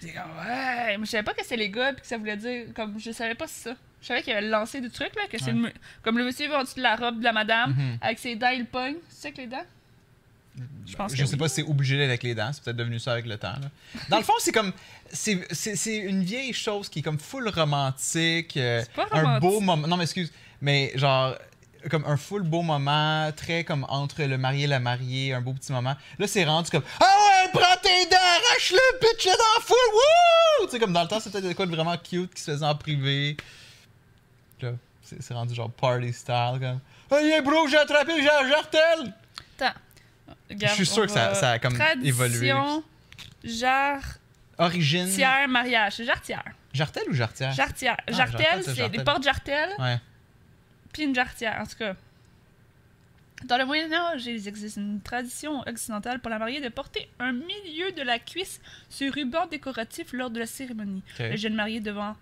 Speaker 2: C'est comme, ouais. Mais je savais pas que c'était les gars, puis que ça voulait dire. Comme, je savais pas ça. Je savais qu'il avait lancé du truc, là. Que c'est
Speaker 1: Ouais.
Speaker 2: le mu- comme le monsieur va en dessous de la robe de la madame,
Speaker 1: Mhm.
Speaker 2: avec ses dents, il pogne. Tu sais que les dents? Je pense
Speaker 1: Je
Speaker 2: que
Speaker 1: sais
Speaker 2: oui.
Speaker 1: pas si c'est obligé d'être avec les dents, c'est peut-être devenu ça avec le temps. là. Dans le fond, c'est comme. C'est c'est- c'est une vieille chose qui est comme full romantique. euh,
Speaker 2: C'est pas
Speaker 1: un beau
Speaker 2: romantique.
Speaker 1: moment. Non, mais excuse. Mais genre, comme un full beau moment, très comme entre le marié et la mariée, un beau petit moment. Là, c'est rendu comme Ah ouais, prends tes dents, arrache-le, pitch-le dans la foule, wouh! Tu sais, comme dans le temps, c'était des quoi de vraiment cute qui se faisait en privé. Là, c'est c'est rendu genre party style, comme Ah, Hey, bro, j'ai attrapé, j'ai un jartel!
Speaker 2: Attends. Regarde,
Speaker 1: Je suis
Speaker 2: on
Speaker 1: sûr que ça-
Speaker 2: va-
Speaker 1: ça a comme évolué.
Speaker 2: Tradition, jarretière,
Speaker 1: Origine.
Speaker 2: mariage. C'est jarretière.
Speaker 1: Jartel ou jartière?
Speaker 2: Jarretière.
Speaker 1: Ah,
Speaker 2: Jartelle,
Speaker 1: jartelle, c'est
Speaker 2: c'est des
Speaker 1: jartelle.
Speaker 2: portes jartelles.
Speaker 1: Ouais.
Speaker 2: puis une jarretière, en tout cas. Dans le Moyen Âge, il existe une tradition occidentale pour la mariée de porter un milieu de la cuisse sur ruban décoratif lors de la cérémonie. Le jeune marié devant,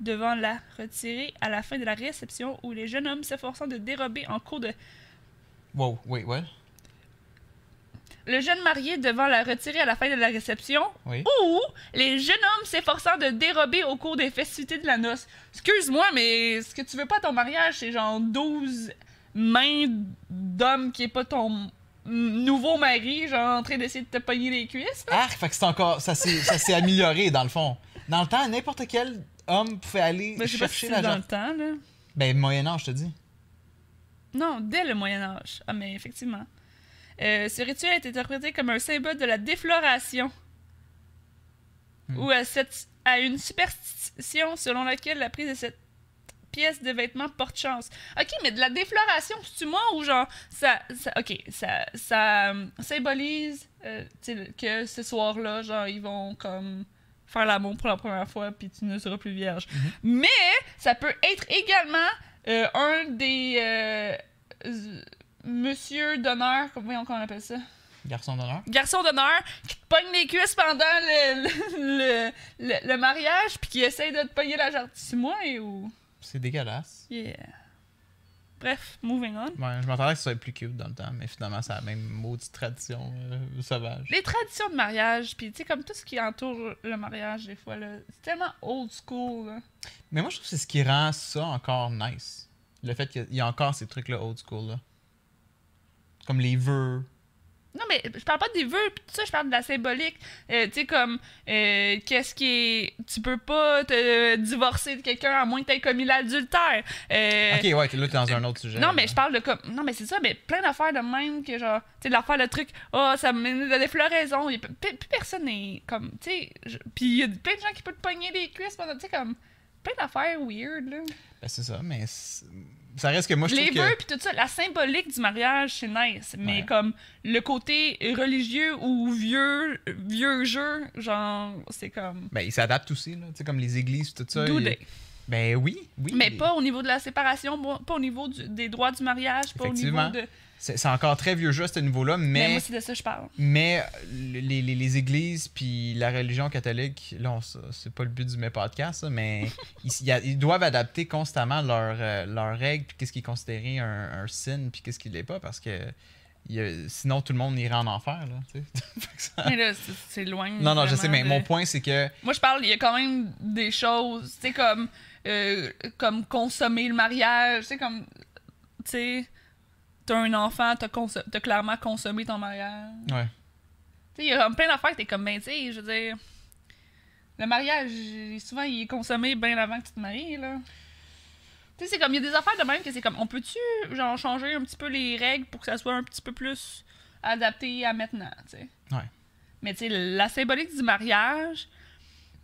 Speaker 2: devant la retirer à la fin de la réception ou les jeunes hommes s'efforçant de dérober en cours de...
Speaker 1: Wow, wait, what?
Speaker 2: Le jeune marié devant la retirer à la fin de la réception
Speaker 1: Oui.
Speaker 2: ou les jeunes hommes s'efforçant de dérober au cours des festivités de la noce. Excuse-moi, mais ce que tu veux pas à ton mariage, c'est genre 12 mains d'hommes qui est pas ton m- nouveau mari, genre en train d'essayer de te pogner les cuisses.
Speaker 1: Ah, fait que c'est encore. Ça s'est ça s'est amélioré, dans le fond. Dans le temps, n'importe quel homme pouvait aller
Speaker 2: Mais Ben, je sais pas si
Speaker 1: chercher la
Speaker 2: c'est dans le
Speaker 1: jartelle.
Speaker 2: temps, là.
Speaker 1: Ben, Moyen-Âge, je te dis.
Speaker 2: Non, dès le Moyen Âge. Ah, mais effectivement. Euh, ce rituel est interprété comme un symbole de la défloration
Speaker 1: Hmm.
Speaker 2: ou à, cette, à une superstition selon laquelle la prise de cette pièce de vêtement porte chance. Ok, mais de la défloration, c'est-tu moi ou genre ça, ça- ok, ça, ça euh, symbolise euh, tu sais, que ce soir-là, genre ils vont comme faire l'amour pour la première fois puis tu ne seras plus vierge. Mais ça peut être également euh, un des euh, euh, monsieur d'honneur, comme- voyons comment on appelle ça,
Speaker 1: Garçon d'honneur.
Speaker 2: garçon d'honneur qui te pogne les cuisses pendant le, le, le- le- le mariage puis qui essaye de te pogner la jarre. C'est moi et ou.
Speaker 1: C'est dégueulasse.
Speaker 2: Yeah. Bref, moving on.
Speaker 1: Ouais, je m'attendais que ce soit plus cute dans le temps, mais finalement, c'est la même maudite tradition euh, sauvage.
Speaker 2: Les traditions de mariage, puis tu sais, comme tout ce qui entoure le mariage, des fois, là, c'est tellement old school. là.
Speaker 1: Mais moi, je trouve que c'est ce qui rend ça encore nice. Le fait qu'il y a encore ces trucs-là old school-là. Comme les vœux.
Speaker 2: Non, mais je parle pas des vœux, pis tout ça, je parle de la symbolique. Euh, tu sais, comme, euh, qu'est-ce qui est. Tu peux pas te divorcer de quelqu'un à moins que t'aies commis l'adultère. Euh,
Speaker 1: Ok, ouais, t'es- là, t'es dans un autre sujet.
Speaker 2: Non, mais
Speaker 1: là.
Speaker 2: je parle de comme. Non, mais c'est ça, mais plein d'affaires de même que genre. Tu sais, l'affaire, le truc. Ah, ça mène à des floraisons. Y a pe- pe- Plus personne n'est comme. Tu sais. je- Puis il y a plein de gens qui peuvent te pogner les cuisses pendant. Tu sais, comme. Plein d'affaires weird, là.
Speaker 1: Ben, c'est ça, mais c'est- ça reste que moi, je
Speaker 2: les
Speaker 1: trouve que.
Speaker 2: vœux, puis tout ça. La symbolique du mariage, c'est nice. Mais
Speaker 1: Ouais.
Speaker 2: comme. Le côté religieux ou vieux. Vieux jeu, genre. C'est comme.
Speaker 1: Ben, ils s'adaptent aussi, là. Tu sais, comme les églises, tout ça.
Speaker 2: doudé.
Speaker 1: ils- Ben oui, oui.
Speaker 2: Mais
Speaker 1: les-
Speaker 2: pas au niveau de la séparation, bon, pas au niveau du- des droits du mariage, pas au niveau
Speaker 1: Effectivement.
Speaker 2: de.
Speaker 1: C'est c'est encore très vieux jeu à ce niveau-là,
Speaker 2: Mais
Speaker 1: mais,
Speaker 2: moi, c'est de ça que je parle.
Speaker 1: mais euh, les, les- les églises puis la religion catholique, là, on s- c'est pas le but du mes podcasts, ça, mais ils, s- il y a- ils doivent adapter constamment leurs euh, leurs règles, puis qu'est-ce qui est considéré un, un sin, puis qu'est-ce qui l'est pas, parce que il y a- sinon tout le monde irait en enfer, là, tu sais. Fait que ça-
Speaker 2: Mais là, c'est- c'est loin.
Speaker 1: Non, non, je sais,
Speaker 2: Mm,
Speaker 1: mais
Speaker 2: vraiment de-
Speaker 1: mon point, c'est que.
Speaker 2: Moi, je parle, il y a quand même des choses, tu sais, comme, euh, comme consommer le mariage, tu sais, comme, tu sais, t'as un enfant, t'as conso- t'as clairement consommé ton mariage.
Speaker 1: Ouais.
Speaker 2: Tu sais, il y a comme plein d'affaires que t'es comme, ben, tu sais, je veux dire, le mariage, souvent, il est consommé bien avant que tu te maries, là. Tu Tu sais, c'est comme, il y a des affaires de même que c'est comme, on peut-tu, genre, changer un petit peu les règles pour que ça soit un petit peu plus adapté à maintenant, tu sais?
Speaker 1: Ouais.
Speaker 2: Mais tu sais, la symbolique du mariage,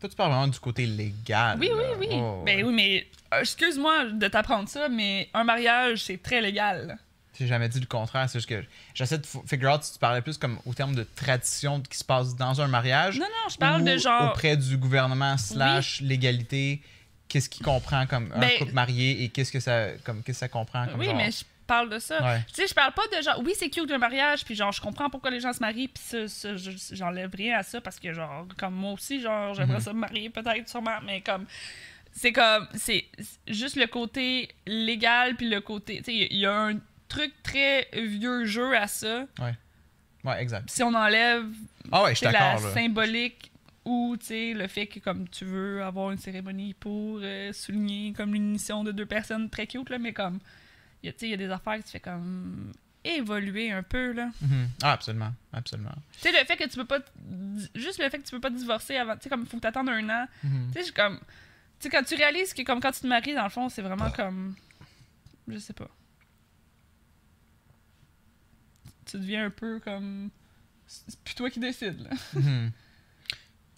Speaker 1: Toi, tu parles vraiment du côté légal.
Speaker 2: Oui, oui,
Speaker 1: là.
Speaker 2: oui.
Speaker 1: Oh,
Speaker 2: ben
Speaker 1: ouais.
Speaker 2: oui, mais euh, excuse-moi de t'apprendre ça, mais un mariage, c'est très légal.
Speaker 1: J'ai jamais dit le contraire. C'est juste que j'essaie de f- figure out si tu parlais plus comme au terme de tradition qui se passe dans un mariage.
Speaker 2: Non, non, je parle de
Speaker 1: ou
Speaker 2: genre.
Speaker 1: Auprès du gouvernement slash l'égalité, qu'est-ce qui comprend comme un
Speaker 2: Ben-
Speaker 1: couple marié et qu'est-ce que ça, comme, qu'est-ce que ça comprend comme
Speaker 2: Oui,
Speaker 1: genre-
Speaker 2: mais je parle de ça.
Speaker 1: Ouais.
Speaker 2: Tu sais, je parle pas de genre, oui, c'est cute le mariage, puis genre, je comprends pourquoi les gens se marient, puis ça, ça, je- j'enlève rien à ça, parce que genre, comme moi aussi, genre, j'aimerais
Speaker 1: Mhm.
Speaker 2: ça me marier peut-être, sûrement, mais comme, c'est comme, c'est c'est juste le côté légal, puis le côté, tu sais, il y a un truc très vieux jeu à ça.
Speaker 1: Ouais, exact.
Speaker 2: Si on enlève
Speaker 1: Ah ouais, je suis
Speaker 2: c'est la
Speaker 1: d'accord. là.
Speaker 2: symbolique ou tu sais le fait que comme tu veux avoir une cérémonie pour euh, souligner comme l'union de deux personnes très cute là mais comme il y a- tu sais il y a des affaires qui se fait comme évoluer un peu là
Speaker 1: Mhm. Ah, absolument. Absolument.
Speaker 2: tu sais le fait que tu peux pas t- di- juste le fait que tu peux pas te divorcer avant tu sais comme faut que t'attendes un an
Speaker 1: Mhm.
Speaker 2: tu sais je suis comme tu sais quand tu réalises que comme quand tu te maries dans le fond c'est vraiment comme je sais pas tu deviens un peu comme c'est plus toi qui décides là
Speaker 1: Mhm.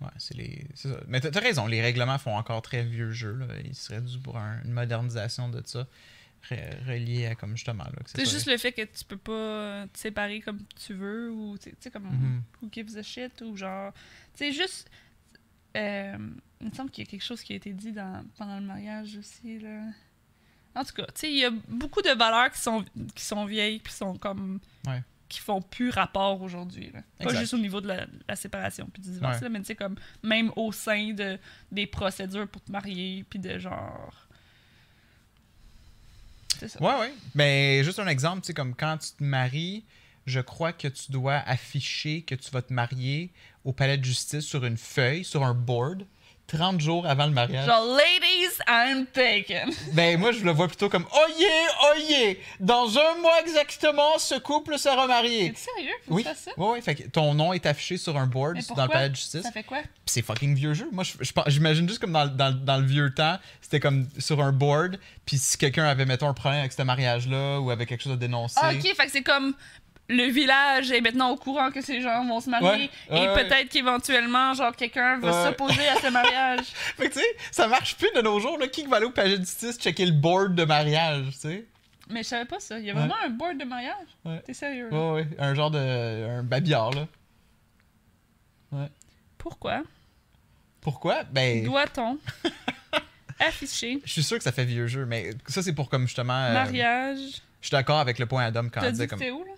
Speaker 1: Ouais, c'est les. c'est ça. Mais t'as t'as raison, les règlements font encore très vieux jeu. Là. Il serait dû pour un- une modernisation de ça, re- reliée à comme justement. Là, que ce
Speaker 2: C'est
Speaker 1: soit-
Speaker 2: juste le fait que tu peux pas euh, te séparer comme tu veux ou tu sais- tu sais comme
Speaker 1: Mhm.
Speaker 2: who gives a shit ou genre c'est juste euh, il me semble qu'il y a quelque chose qui a été dit dans, pendant le mariage aussi là. En tout cas, tu sais il y a beaucoup de valeurs qui sont qui sont vieilles qui sont comme
Speaker 1: Ouais.
Speaker 2: qui font plus rapport aujourd'hui là. Pas
Speaker 1: Exact.
Speaker 2: juste au niveau de la, la séparation puis du divorce
Speaker 1: Ouais.
Speaker 2: là, mais tu sais comme même au sein de des procédures pour te marier puis de genre C'est ça.
Speaker 1: Ouais, ouais. Mais juste un exemple, tu sais, comme quand tu te maries, je crois que tu dois afficher que tu vas te marier au palais de justice sur une feuille, sur un board, 30 jours avant le mariage.
Speaker 2: Genre, ladies, I'm taken.
Speaker 1: Ben, moi, je le vois plutôt comme Oh yeah, oh yeah! Dans un mois exactement, ce couple sera marié.
Speaker 2: T'es sérieux? Faut
Speaker 1: Oui,
Speaker 2: que tu fasses ça?
Speaker 1: ouais, ouais, fait que ton nom est affiché sur un board
Speaker 2: Mais
Speaker 1: dans
Speaker 2: pourquoi?
Speaker 1: le palais de justice.
Speaker 2: Ça fait quoi?
Speaker 1: Puis c'est fucking vieux jeu. Moi, je- je pense- j'imagine juste comme dans, le- dans le- dans le vieux temps, c'était comme sur un board. Puis si quelqu'un avait, mettons, un problème avec ce mariage-là ou avec quelque chose à dénoncer.
Speaker 2: Ah, ok, fait que c'est comme le village est maintenant au courant que ces gens vont se marier
Speaker 1: Ouais, ouais,
Speaker 2: et
Speaker 1: ouais.
Speaker 2: peut-être qu'éventuellement, genre, quelqu'un va
Speaker 1: Ouais.
Speaker 2: s'opposer à ce mariage.
Speaker 1: Fait que tu sais, ça marche plus de nos jours. Là. Qui va aller au palais de justice checker le board de mariage, tu sais?
Speaker 2: Mais je savais pas ça. Il y a
Speaker 1: Ouais.
Speaker 2: vraiment un board de mariage?
Speaker 1: Ouais.
Speaker 2: T'es sérieux? là?
Speaker 1: Ouais, ouais, un genre de. un babillard, là.
Speaker 2: Pourquoi
Speaker 1: Pourquoi? Ben.
Speaker 2: doit-on afficher
Speaker 1: Je suis sûr que ça fait vieux jeu, mais ça, c'est pour comme justement. euh,
Speaker 2: mariage?
Speaker 1: je suis d'accord avec le point Adam quand
Speaker 2: T'as
Speaker 1: on
Speaker 2: dit
Speaker 1: disait
Speaker 2: que
Speaker 1: comme.
Speaker 2: c'était où, là?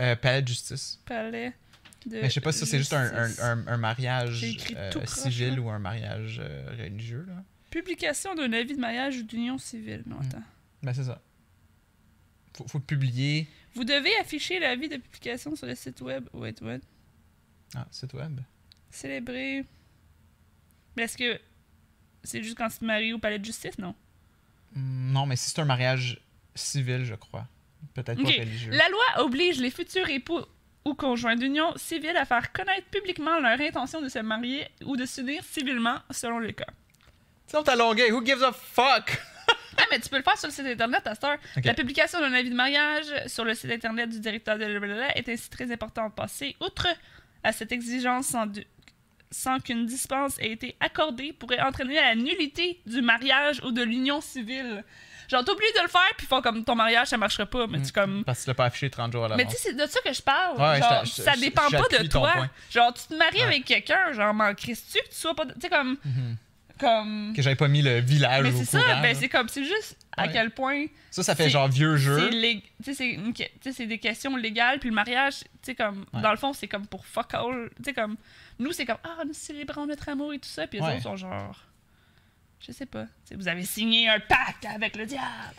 Speaker 1: euh, palais de justice.
Speaker 2: Palais de
Speaker 1: Mais je sais pas si ça, c'est juste un, un-
Speaker 2: justice.
Speaker 1: un- un mariage
Speaker 2: J'ai euh, écrit
Speaker 1: euh,
Speaker 2: tout croche,
Speaker 1: civil
Speaker 2: là.
Speaker 1: ou un mariage euh, religieux. Là.
Speaker 2: Publication d'un avis de mariage ou d'union civile. Non,
Speaker 1: Mm.
Speaker 2: attends.
Speaker 1: Ben, c'est ça. Faut, faut publier.
Speaker 2: Vous devez afficher l'avis de publication sur le site web. Wait, wait.
Speaker 1: Ah, site web.
Speaker 2: Célébrer. Mais est-ce que c'est juste quand tu te maries au palais de justice, non?
Speaker 1: Hmm, Non, mais si c'est un mariage civil, je crois. Peut-être
Speaker 2: Ok.
Speaker 1: pas religieux.
Speaker 2: La loi oblige les futurs époux ou conjoints d'union civile à faire connaître publiquement leur intention de se marier ou de s'unir civilement selon le cas.
Speaker 1: Sinon, t'as longué. Who gives a fuck?
Speaker 2: Ah, mais tu peux le faire sur le site internet à cette heure.
Speaker 1: Ok.
Speaker 2: La publication d'un avis de mariage sur le site internet du directeur de blablabla est ainsi très importante. Passer outre à cette exigence sans, du- sans qu'une dispense ait été accordée pourrait entraîner la nullité du mariage ou de l'union civile. Genre, t'oublies de le faire, puis font comme ton mariage, ça marchera pas. Mais tu comme.
Speaker 1: Parce que tu l'as pas affiché 30 jours à
Speaker 2: Mm. Mais
Speaker 1: l'avance.
Speaker 2: tu sais, c'est de ça que je parle.
Speaker 1: Mm. Ben Ouais, je
Speaker 2: genre,
Speaker 1: t'a- je-
Speaker 2: ça
Speaker 1: je-
Speaker 2: dépend pas de
Speaker 1: j'appuie ton
Speaker 2: toi.
Speaker 1: point.
Speaker 2: Genre, tu te maries
Speaker 1: Ouais.
Speaker 2: avec quelqu'un, genre, m'en crisses-tu que tu sois pas. de- Tu sais, comme.
Speaker 1: Mhm.
Speaker 2: comme...
Speaker 1: Que j'avais pas mis le village
Speaker 2: Mais
Speaker 1: au
Speaker 2: c'est ça,
Speaker 1: courant. là.
Speaker 2: ben, c'est comme. C'est juste à
Speaker 1: Ouais.
Speaker 2: quel point.
Speaker 1: ça, ça fait
Speaker 2: c'est-
Speaker 1: genre vieux
Speaker 2: C'est
Speaker 1: jeu.
Speaker 2: lég- tu sais, c'est une que- tu sais, c'est des questions légales, puis le mariage, tu sais, comme,
Speaker 1: Ouais.
Speaker 2: dans le fond, c'est comme pour fuck all. Tu sais, comme, nous, c'est comme, ah, nous célébrons notre amour et tout ça, puis les
Speaker 1: Ouais.
Speaker 2: autres sont genre, je sais pas, tu sais, vous avez signé un pacte avec le diable.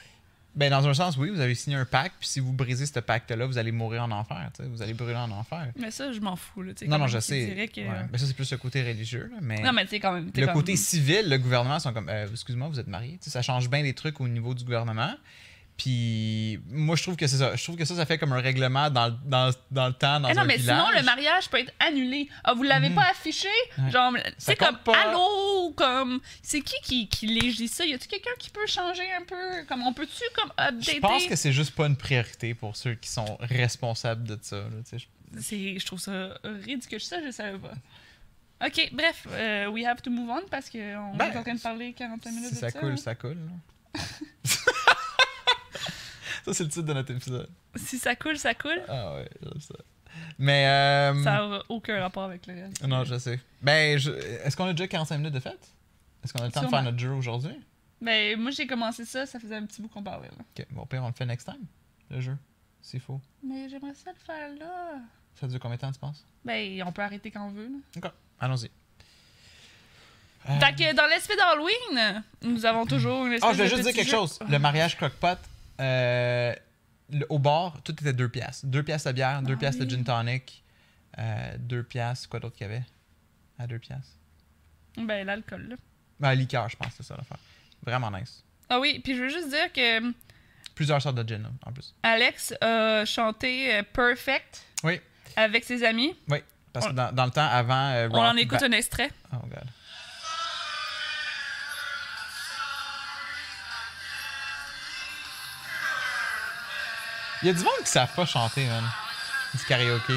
Speaker 1: Ben, dans un sens, oui, vous avez signé un pacte, puis si vous brisez ce pacte-là, vous allez mourir en enfer. tu sais, Vous allez brûler en enfer.
Speaker 2: Mais ça, je m'en fous, là, tu sais.
Speaker 1: Non,
Speaker 2: comme
Speaker 1: non, je
Speaker 2: qui
Speaker 1: sais.
Speaker 2: dirait que-
Speaker 1: Ouais. Mais ça, c'est plus le côté religieux. là, mais...
Speaker 2: Non, mais tu sais, quand même. t'es
Speaker 1: Le
Speaker 2: comme- Eh
Speaker 1: côté civil, le gouvernement sont comme euh, excuse-moi, vous êtes marié, ça change bien des trucs au niveau du gouvernement. Puis moi, je trouve que c'est ça. Je trouve que ça, ça fait comme un règlement dans, le- dans, dans le temps, dans
Speaker 2: Ah non,
Speaker 1: un
Speaker 2: mais
Speaker 1: village.
Speaker 2: sinon, le mariage peut être annulé. Ah, vous l'avez
Speaker 1: Mhm.
Speaker 2: pas affiché?
Speaker 1: Ouais.
Speaker 2: Genre, c'est
Speaker 1: compte
Speaker 2: comme,
Speaker 1: pas.
Speaker 2: allô, comme, c'est qui qui, qui légit ça? Y a-tu quelqu'un qui peut changer un peu? Comme, on peut-tu, comme, updater?
Speaker 1: Je pense que c'est juste pas une priorité pour ceux qui sont responsables de ça. là, tu sais. Je-
Speaker 2: C'est- Je trouve ça ridicule, ça, je savais pas. Ok, bref, euh, we have to move on parce qu'on
Speaker 1: Ben,
Speaker 2: est en train de parler 45 minutes
Speaker 1: Si
Speaker 2: de ça. hein?
Speaker 1: ça coule,
Speaker 2: là.
Speaker 1: ça coule. là. ça, c'est le titre de notre épisode.
Speaker 2: Si ça coule, ça coule.
Speaker 1: Ah ouais, j'aime ça. Mais. euh,
Speaker 2: Ça n'a aucun rapport avec le reste.
Speaker 1: Non, je sais. Ben, je- est-ce qu'on a déjà 45 minutes de fête? Est-ce qu'on a le temps de faire
Speaker 2: Sûrement.
Speaker 1: notre jeu aujourd'hui?
Speaker 2: Mais Ben, moi, j'ai commencé ça, ça faisait un petit bout qu'on parlait. Là.
Speaker 1: Ok, bon, au pire, on le fait next time, le jeu. S'il faut.
Speaker 2: Mais j'aimerais ça le faire là.
Speaker 1: Ça dure combien de temps, tu penses?
Speaker 2: Ben, on peut arrêter quand on veut. Là.
Speaker 1: Ok, allons-y. Euh,
Speaker 2: Fait que dans l'esprit d'Halloween, nous avons toujours une espèce
Speaker 1: Hmm. Ah, je voulais
Speaker 2: de
Speaker 1: juste dire
Speaker 2: petit
Speaker 1: quelque
Speaker 2: jeu.
Speaker 1: chose. Le mariage croque-pot, euh, le- au bar, tout était 2 piastres. 2 piastres de bière, 2
Speaker 2: Ah
Speaker 1: piastres
Speaker 2: oui.
Speaker 1: de gin tonic, 2 piastres, quoi d'autre qu'il y avait? À 2 piastres.
Speaker 2: Ben, l'alcool, là.
Speaker 1: Ben, liqueur, je pense, c'est ça l'affaire. Vraiment nice.
Speaker 2: Ah oui, puis je veux juste dire que hum,
Speaker 1: Plusieurs sortes de gin, là, en plus.
Speaker 2: Alex a chanté euh, Perfect
Speaker 1: Oui,
Speaker 2: avec ses amis.
Speaker 1: oui. Parce que dans, dans le temps, avant... euh,
Speaker 2: On
Speaker 1: rock-
Speaker 2: en écoute
Speaker 1: ben-
Speaker 2: un extrait.
Speaker 1: Oh, God. Il y a du monde qui savent pas chanter, man. Du karaoké.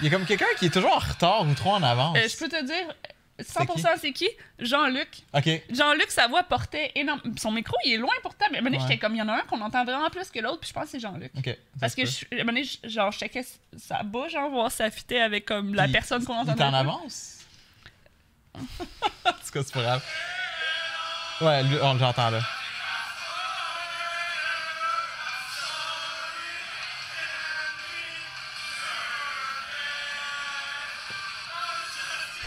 Speaker 1: Il y a comme quelqu'un qui est toujours en retard ou trop en avance.
Speaker 2: Euh, je peux te dire 100% c'est qui? Jean-Luc.
Speaker 1: Ok.
Speaker 2: Jean-Luc, sa voix portait énorme. Son micro, il est loin pourtant, mais à un moment donné,
Speaker 1: Ouais.
Speaker 2: j'étais comme, il y en a un qu'on entend vraiment plus que l'autre, puis je pense que c'est Jean-Luc.
Speaker 1: Ok. ça
Speaker 2: Parce
Speaker 1: se
Speaker 2: que,
Speaker 1: peut.
Speaker 2: je, à un moment donné, je- genre, je checkais sa bouche, genre, voir si ça fitait avec comme la
Speaker 1: Il-
Speaker 2: personne qu'on
Speaker 1: Il
Speaker 2: entendait.
Speaker 1: est en avance? en tout cas, c'est pas grave. Ouais, lui, on l'entend là.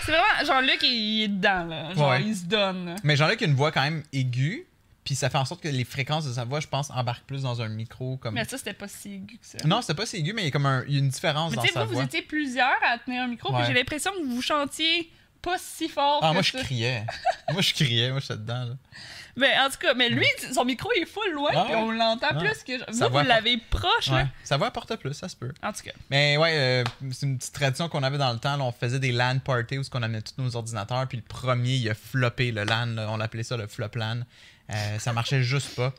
Speaker 2: C'est vraiment, Jean-Luc, il, il est dedans, là. Genre,
Speaker 1: Ouais.
Speaker 2: il se donne. là.
Speaker 1: Mais Jean-Luc a une voix quand même aiguë, puis ça fait en sorte que les fréquences de sa voix, je pense, embarquent plus dans un micro. comme
Speaker 2: Mais ça, c'était pas si aigu que ça.
Speaker 1: Non, c'est pas si aigu, mais il y a comme un- il y a une différence
Speaker 2: mais
Speaker 1: dans
Speaker 2: tu sais,
Speaker 1: sa
Speaker 2: vous, vous
Speaker 1: voix.
Speaker 2: étiez plusieurs à tenir un micro,
Speaker 1: Ouais.
Speaker 2: puis j'ai l'impression que vous chantiez pas si fort
Speaker 1: Ah,
Speaker 2: que
Speaker 1: moi, je
Speaker 2: ça.
Speaker 1: criais. moi, je criais. Moi, j'étais dedans. Là.
Speaker 2: Mais en tout cas, mais lui, son micro, il est full loin,
Speaker 1: Ah
Speaker 2: puis
Speaker 1: ouais.
Speaker 2: on l'entend
Speaker 1: Ah.
Speaker 2: plus que...
Speaker 1: Sa
Speaker 2: Vous, vous
Speaker 1: voix-
Speaker 2: l'avez proche, là.
Speaker 1: Ouais. Sa voix apporte plus, ça se peut.
Speaker 2: En tout cas.
Speaker 1: Mais ouais, euh, c'est une petite tradition qu'on avait dans le temps. là, on faisait des LAN parties où on amenait tous nos ordinateurs. Puis le premier, il a floppé le LAN. là, on l'appelait ça le flop LAN. Euh, ça marchait juste pas.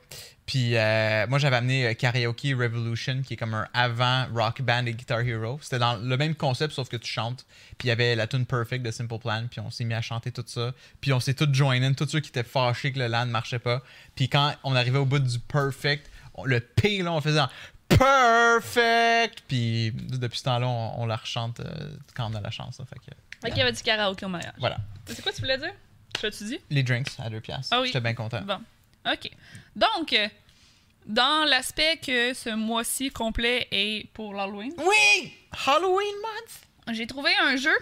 Speaker 1: Puis euh, moi, j'avais amené euh, Karaoke Revolution, qui est comme un avant rock band et Guitar Hero. C'était dans le même concept, sauf que tu chantes. Puis il y avait la tune Perfect de Simple Plan. Puis on s'est mis à chanter tout ça. Puis on s'est tous joined in, tous ceux qui étaient fâchés que le LAN ne marchait pas. Puis quand on arrivait au bout du Perfect, on- le P, là, on faisait en Perfect! Puis depuis ce temps-là, on, on la rechante euh, quand on a la chance. là. Fait que,
Speaker 2: Fait qu'il y avait du karaoké au mariage.
Speaker 1: voilà.
Speaker 2: C'est quoi tu voulais dire? Je l'as-tu dit?
Speaker 1: Les drinks à deux piastres.
Speaker 2: Ah oui.
Speaker 1: J'étais bien content.
Speaker 2: Bon. OK. Donc, euh, dans l'aspect que ce mois-ci complet est pour l'Halloween,
Speaker 1: Oui! Halloween month!
Speaker 2: j'ai trouvé un jeu.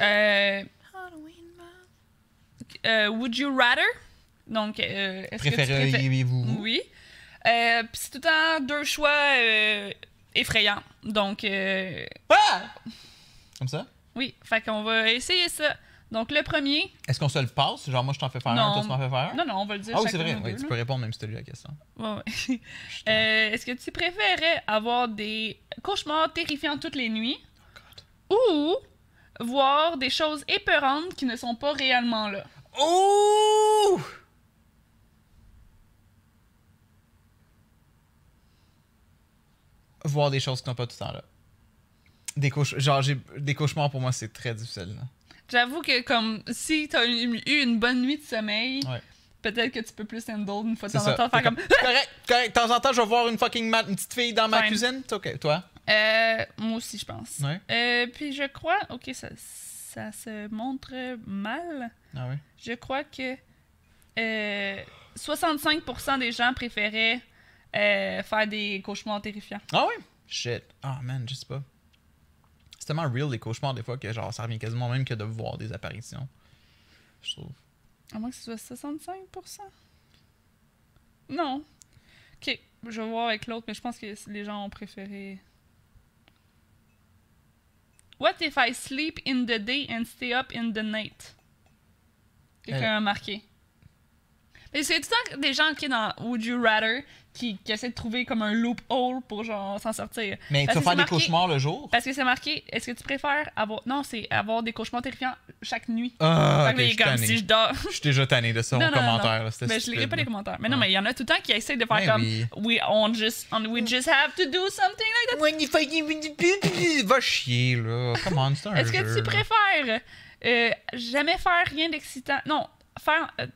Speaker 2: euh,
Speaker 1: Halloween month.
Speaker 2: euh, Would You Rather? Donc, euh, est-ce que tu préfères-
Speaker 1: Préféreriez-vous?
Speaker 2: Oui. Euh, puis c'est tout le temps deux choix euh, effrayants. Donc, euh,
Speaker 1: Ah! Comme ça?
Speaker 2: oui. Fait qu'on va essayer ça. Donc, le premier.
Speaker 1: Est-ce qu'on se le passe? Genre, moi, je t'en fais faire
Speaker 2: Non.
Speaker 1: un, toi, tu m'en fais faire un?
Speaker 2: Non, non, on va le dire.
Speaker 1: Ah oui,
Speaker 2: chacun
Speaker 1: c'est vrai.
Speaker 2: nos
Speaker 1: Oui,
Speaker 2: deux,
Speaker 1: tu
Speaker 2: là.
Speaker 1: peux répondre même si t'as lu la question.
Speaker 2: Ouais, ouais. Euh, Est-ce que tu préférais avoir des cauchemars terrifiants toutes les nuits
Speaker 1: Oh, God.
Speaker 2: ou voir des choses épeurantes qui ne sont pas réellement là?
Speaker 1: Ouh! Voir des choses qui n'ont pas tout le temps là. Des cauch- genre, j'ai- des cauchemars pour moi, c'est très difficile. là.
Speaker 2: J'avoue que comme si t'as eu eu une bonne nuit de sommeil,
Speaker 1: Ouais.
Speaker 2: peut-être que tu peux plus handle une fois de
Speaker 1: C'est
Speaker 2: temps en
Speaker 1: ça.
Speaker 2: temps
Speaker 1: T'es
Speaker 2: faire comme...
Speaker 1: correct, correct. De temps en temps, je vais voir une fucking ma- une petite fille dans ma
Speaker 2: Fine.
Speaker 1: cuisine. C'est ok, toi?
Speaker 2: Euh, moi aussi, je pense.
Speaker 1: Ouais.
Speaker 2: Euh, puis je crois... Ok, ça, ça se montre mal.
Speaker 1: Ah oui.
Speaker 2: Je crois que euh, 65% des gens préféraient euh, faire des cauchemars terrifiants.
Speaker 1: Ah oui? Shit. Ah man, je sais pas. C'est tellement real les cauchemars des fois que genre ça revient quasiment même que de voir des apparitions. Je trouve.
Speaker 2: À moins que ce soit 65%. Non. Ok, je vais voir avec l'autre, mais je pense que les gens ont préféré. What if I sleep in the day and stay up in the night?
Speaker 1: Euh.
Speaker 2: Quelqu'un a marqué. Mais c'est tout le temps des gens qui dans Would You Rather qui, qui essaient de trouver comme un loophole pour genre s'en sortir.
Speaker 1: Mais tu vas
Speaker 2: Parce que
Speaker 1: faire
Speaker 2: c'est
Speaker 1: des
Speaker 2: marqué-
Speaker 1: cauchemars le jour?
Speaker 2: Parce que c'est marqué, est-ce que tu préfères avoir. Non, c'est avoir des cauchemars terrifiants chaque nuit.
Speaker 1: Ah,
Speaker 2: Fait
Speaker 1: ok,
Speaker 2: que là, il est
Speaker 1: je suis
Speaker 2: comme
Speaker 1: tanné.
Speaker 2: si je dors.
Speaker 1: Je suis déjà tanné de ça en
Speaker 2: Non, non, non,
Speaker 1: commentaire. là, c'était
Speaker 2: Mais je lirai
Speaker 1: stupide.
Speaker 2: pas les commentaires. Mais non,
Speaker 1: Ouais.
Speaker 2: mais il y en a tout le temps qui essayent de faire
Speaker 1: Ben
Speaker 2: comme
Speaker 1: oui. Mm.
Speaker 2: we on just on, we just have to do something like
Speaker 1: When you fucking- when you- pi- pi- Va chier, là. Come on, c'est un
Speaker 2: that. Est-ce que
Speaker 1: jeu, là.
Speaker 2: tu préfères euh, jamais faire rien d'excitant Non, faire euh,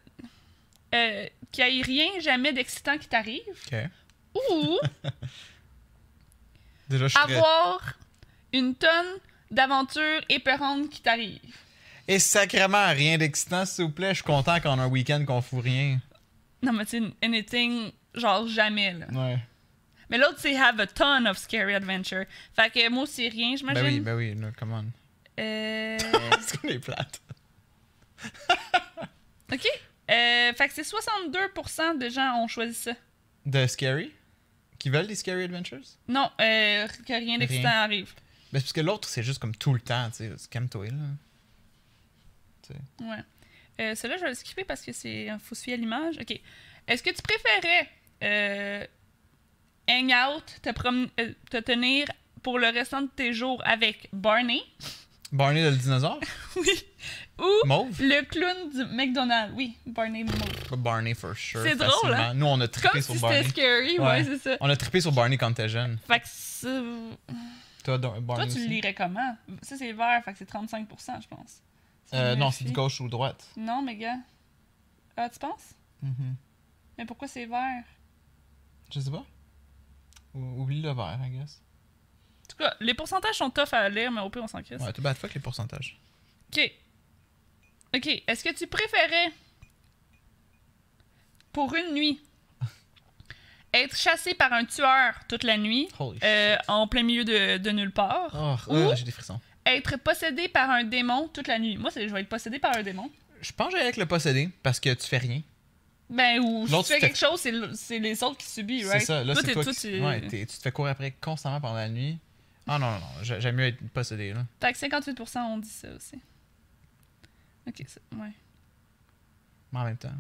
Speaker 2: euh, qu'il n'y ait rien jamais d'excitant qui t'arrive
Speaker 1: Ok.
Speaker 2: ou
Speaker 1: Déjà, je suis prêt.
Speaker 2: avoir une tonne d'aventures épeurantes qui t'arrivent.
Speaker 1: Et sacrément, rien d'excitant, s'il vous plaît. Je suis content qu'en un week-end, qu'on fout rien.
Speaker 2: Non, mais tu sais, anything genre jamais là.
Speaker 1: Ouais.
Speaker 2: Mais l'autre c'est have a ton of scary adventure. Fait que moi c'est rien, j'imagine.
Speaker 1: Ben oui, ben oui, là, come on.
Speaker 2: Euh,
Speaker 1: Est-ce qu'on est plate?
Speaker 2: OK. Euh, fait que c'est 62% de gens ont choisi ça.
Speaker 1: De Scary? Qui veulent des Scary Adventures?
Speaker 2: Non, euh, que rien d'excitant
Speaker 1: Rien.
Speaker 2: arrive.
Speaker 1: Ben, c'est parce que l'autre, c'est juste comme tout le temps, tu sais. C'est calme-toi, là.
Speaker 2: Ouais. Euh, Celui-là, je vais le skipper parce que c'est faut se fier à l'image. OK. Est-ce que tu préférais euh, hang out, te, promen- euh, te tenir pour le restant de tes jours avec Barney
Speaker 1: Barney le dinosaure?
Speaker 2: ou
Speaker 1: Mauve?
Speaker 2: le clown du McDonald's? Oui, Barney le mot.
Speaker 1: Barney, for sure.
Speaker 2: C'est drôle,
Speaker 1: facilement.
Speaker 2: hein?
Speaker 1: Nous, on a trippé
Speaker 2: Comme
Speaker 1: sur
Speaker 2: si c'était
Speaker 1: Barney.
Speaker 2: scary, ouais,
Speaker 1: Ouais.
Speaker 2: c'est ça.
Speaker 1: On a trippé sur Barney quand t'es jeune.
Speaker 2: Fait que c'est-
Speaker 1: Toi, Don- Barney
Speaker 2: toi, tu le
Speaker 1: aussi?
Speaker 2: lirais comment? Ça, c'est vert, fait que c'est 35%, je pense.
Speaker 1: Euh, non, c'est
Speaker 2: Vérifie.
Speaker 1: de gauche ou droite.
Speaker 2: Non, mais gars. Ah, tu penses? Mais pourquoi c'est vert?
Speaker 1: Je sais pas. Ou- Oublie le vert, I guess.
Speaker 2: En tout cas, les pourcentages sont tough à lire, mais au pire, on s'en crisse.
Speaker 1: Ouais, tout bad fuck les pourcentages.
Speaker 2: OK. OK. Est-ce que tu préférais, pour une nuit, être chassé par un tueur toute la nuit,
Speaker 1: Holy
Speaker 2: euh,
Speaker 1: shit.
Speaker 2: en plein milieu de, de nulle part,
Speaker 1: Oh,
Speaker 2: ou-
Speaker 1: euh, j'ai des frissons.
Speaker 2: être possédé par un démon toute la nuit? Moi, c'est, je vais être possédé par un démon.
Speaker 1: Je pense que j'allais avec le possédé parce que tu fais rien.
Speaker 2: Ben, ou si tu
Speaker 1: L'autre,
Speaker 2: fais
Speaker 1: c'était-
Speaker 2: quelque chose, c'est, le- c'est les autres qui subissent, right?
Speaker 1: C'est ça, là
Speaker 2: Toi,
Speaker 1: c'est
Speaker 2: t'es- euh,
Speaker 1: toi,
Speaker 2: toi,
Speaker 1: qui-
Speaker 2: tu-
Speaker 1: ouais, t'es- tu te fais courir après constamment pendant la nuit. Ah non, non, non, j'a- j'aime mieux être possédé là.
Speaker 2: Fait que 58% ont dit ça aussi. OK, ça- ouais.
Speaker 1: Mais en même temps.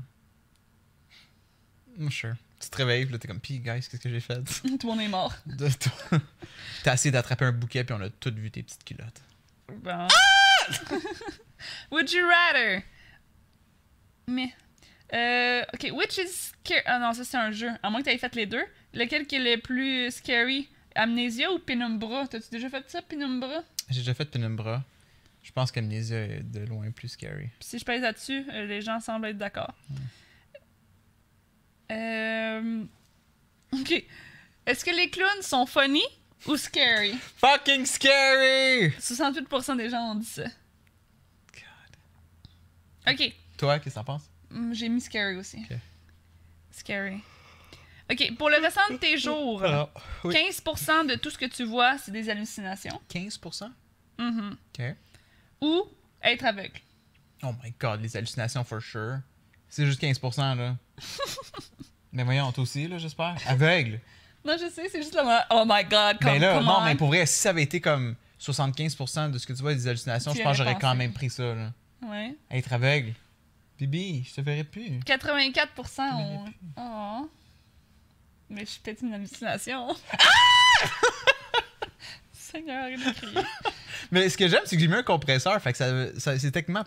Speaker 1: Mm, Sure. Tu te réveilles, puis là t'es comme, pis guys, qu'est-ce que j'ai fait?
Speaker 2: Tout le monde est mort.
Speaker 1: De toi. T'as essayé d'attraper un bouquet, puis on a toutes vu tes petites culottes.
Speaker 2: Bon. Would you rather? Mais. Euh, ok, which is scary. Ah non, ça c'est un jeu. À moins que t'aies fait les deux. Lequel qui est le plus scary? Amnesia ou Penumbra? T'as-tu déjà fait ça, Penumbra?
Speaker 1: J'ai déjà fait Penumbra. Je pense qu'Amnesia est de loin plus scary.
Speaker 2: Puis si je pèse là-dessus, euh, les gens semblent être d'accord. Euh, ok. Est-ce que les clowns sont funny ou scary?
Speaker 1: Fucking scary!
Speaker 2: 68% des gens ont dit ça.
Speaker 1: God.
Speaker 2: Ok.
Speaker 1: Toi, qu'est-ce que t'en penses?
Speaker 2: Hmm, J'ai mis scary aussi.
Speaker 1: Ok.
Speaker 2: Scary. Ok, pour le restant de tes jours,
Speaker 1: Alors, Ah, oui.
Speaker 2: 15% de tout ce que tu vois, c'est des hallucinations.
Speaker 1: 15%?
Speaker 2: Mhm.
Speaker 1: Ok.
Speaker 2: Ou être aveugle.
Speaker 1: Oh my god, les hallucinations for sure. C'est juste 15% là. mais voyons, toi aussi là, j'espère. Aveugle.
Speaker 2: Non, je sais, c'est juste le moment. Oh my god, comme
Speaker 1: mais là,
Speaker 2: come
Speaker 1: non,
Speaker 2: on.
Speaker 1: mais pour vrai, si ça avait été comme 75% de ce que tu vois des hallucinations,
Speaker 2: Tu
Speaker 1: je pense que
Speaker 2: aurais
Speaker 1: j'aurais quand
Speaker 2: pensé.
Speaker 1: même pris ça là.
Speaker 2: Ouais.
Speaker 1: Être aveugle. Bibi, je te verrai plus.
Speaker 2: 84% ont. Oh. Mais je suis peut-être une hallucination. Seigneur, il a crié.
Speaker 1: Mais ce que j'aime, c'est que j'ai mis un compresseur, fait que ça, ça- c'est techniquement.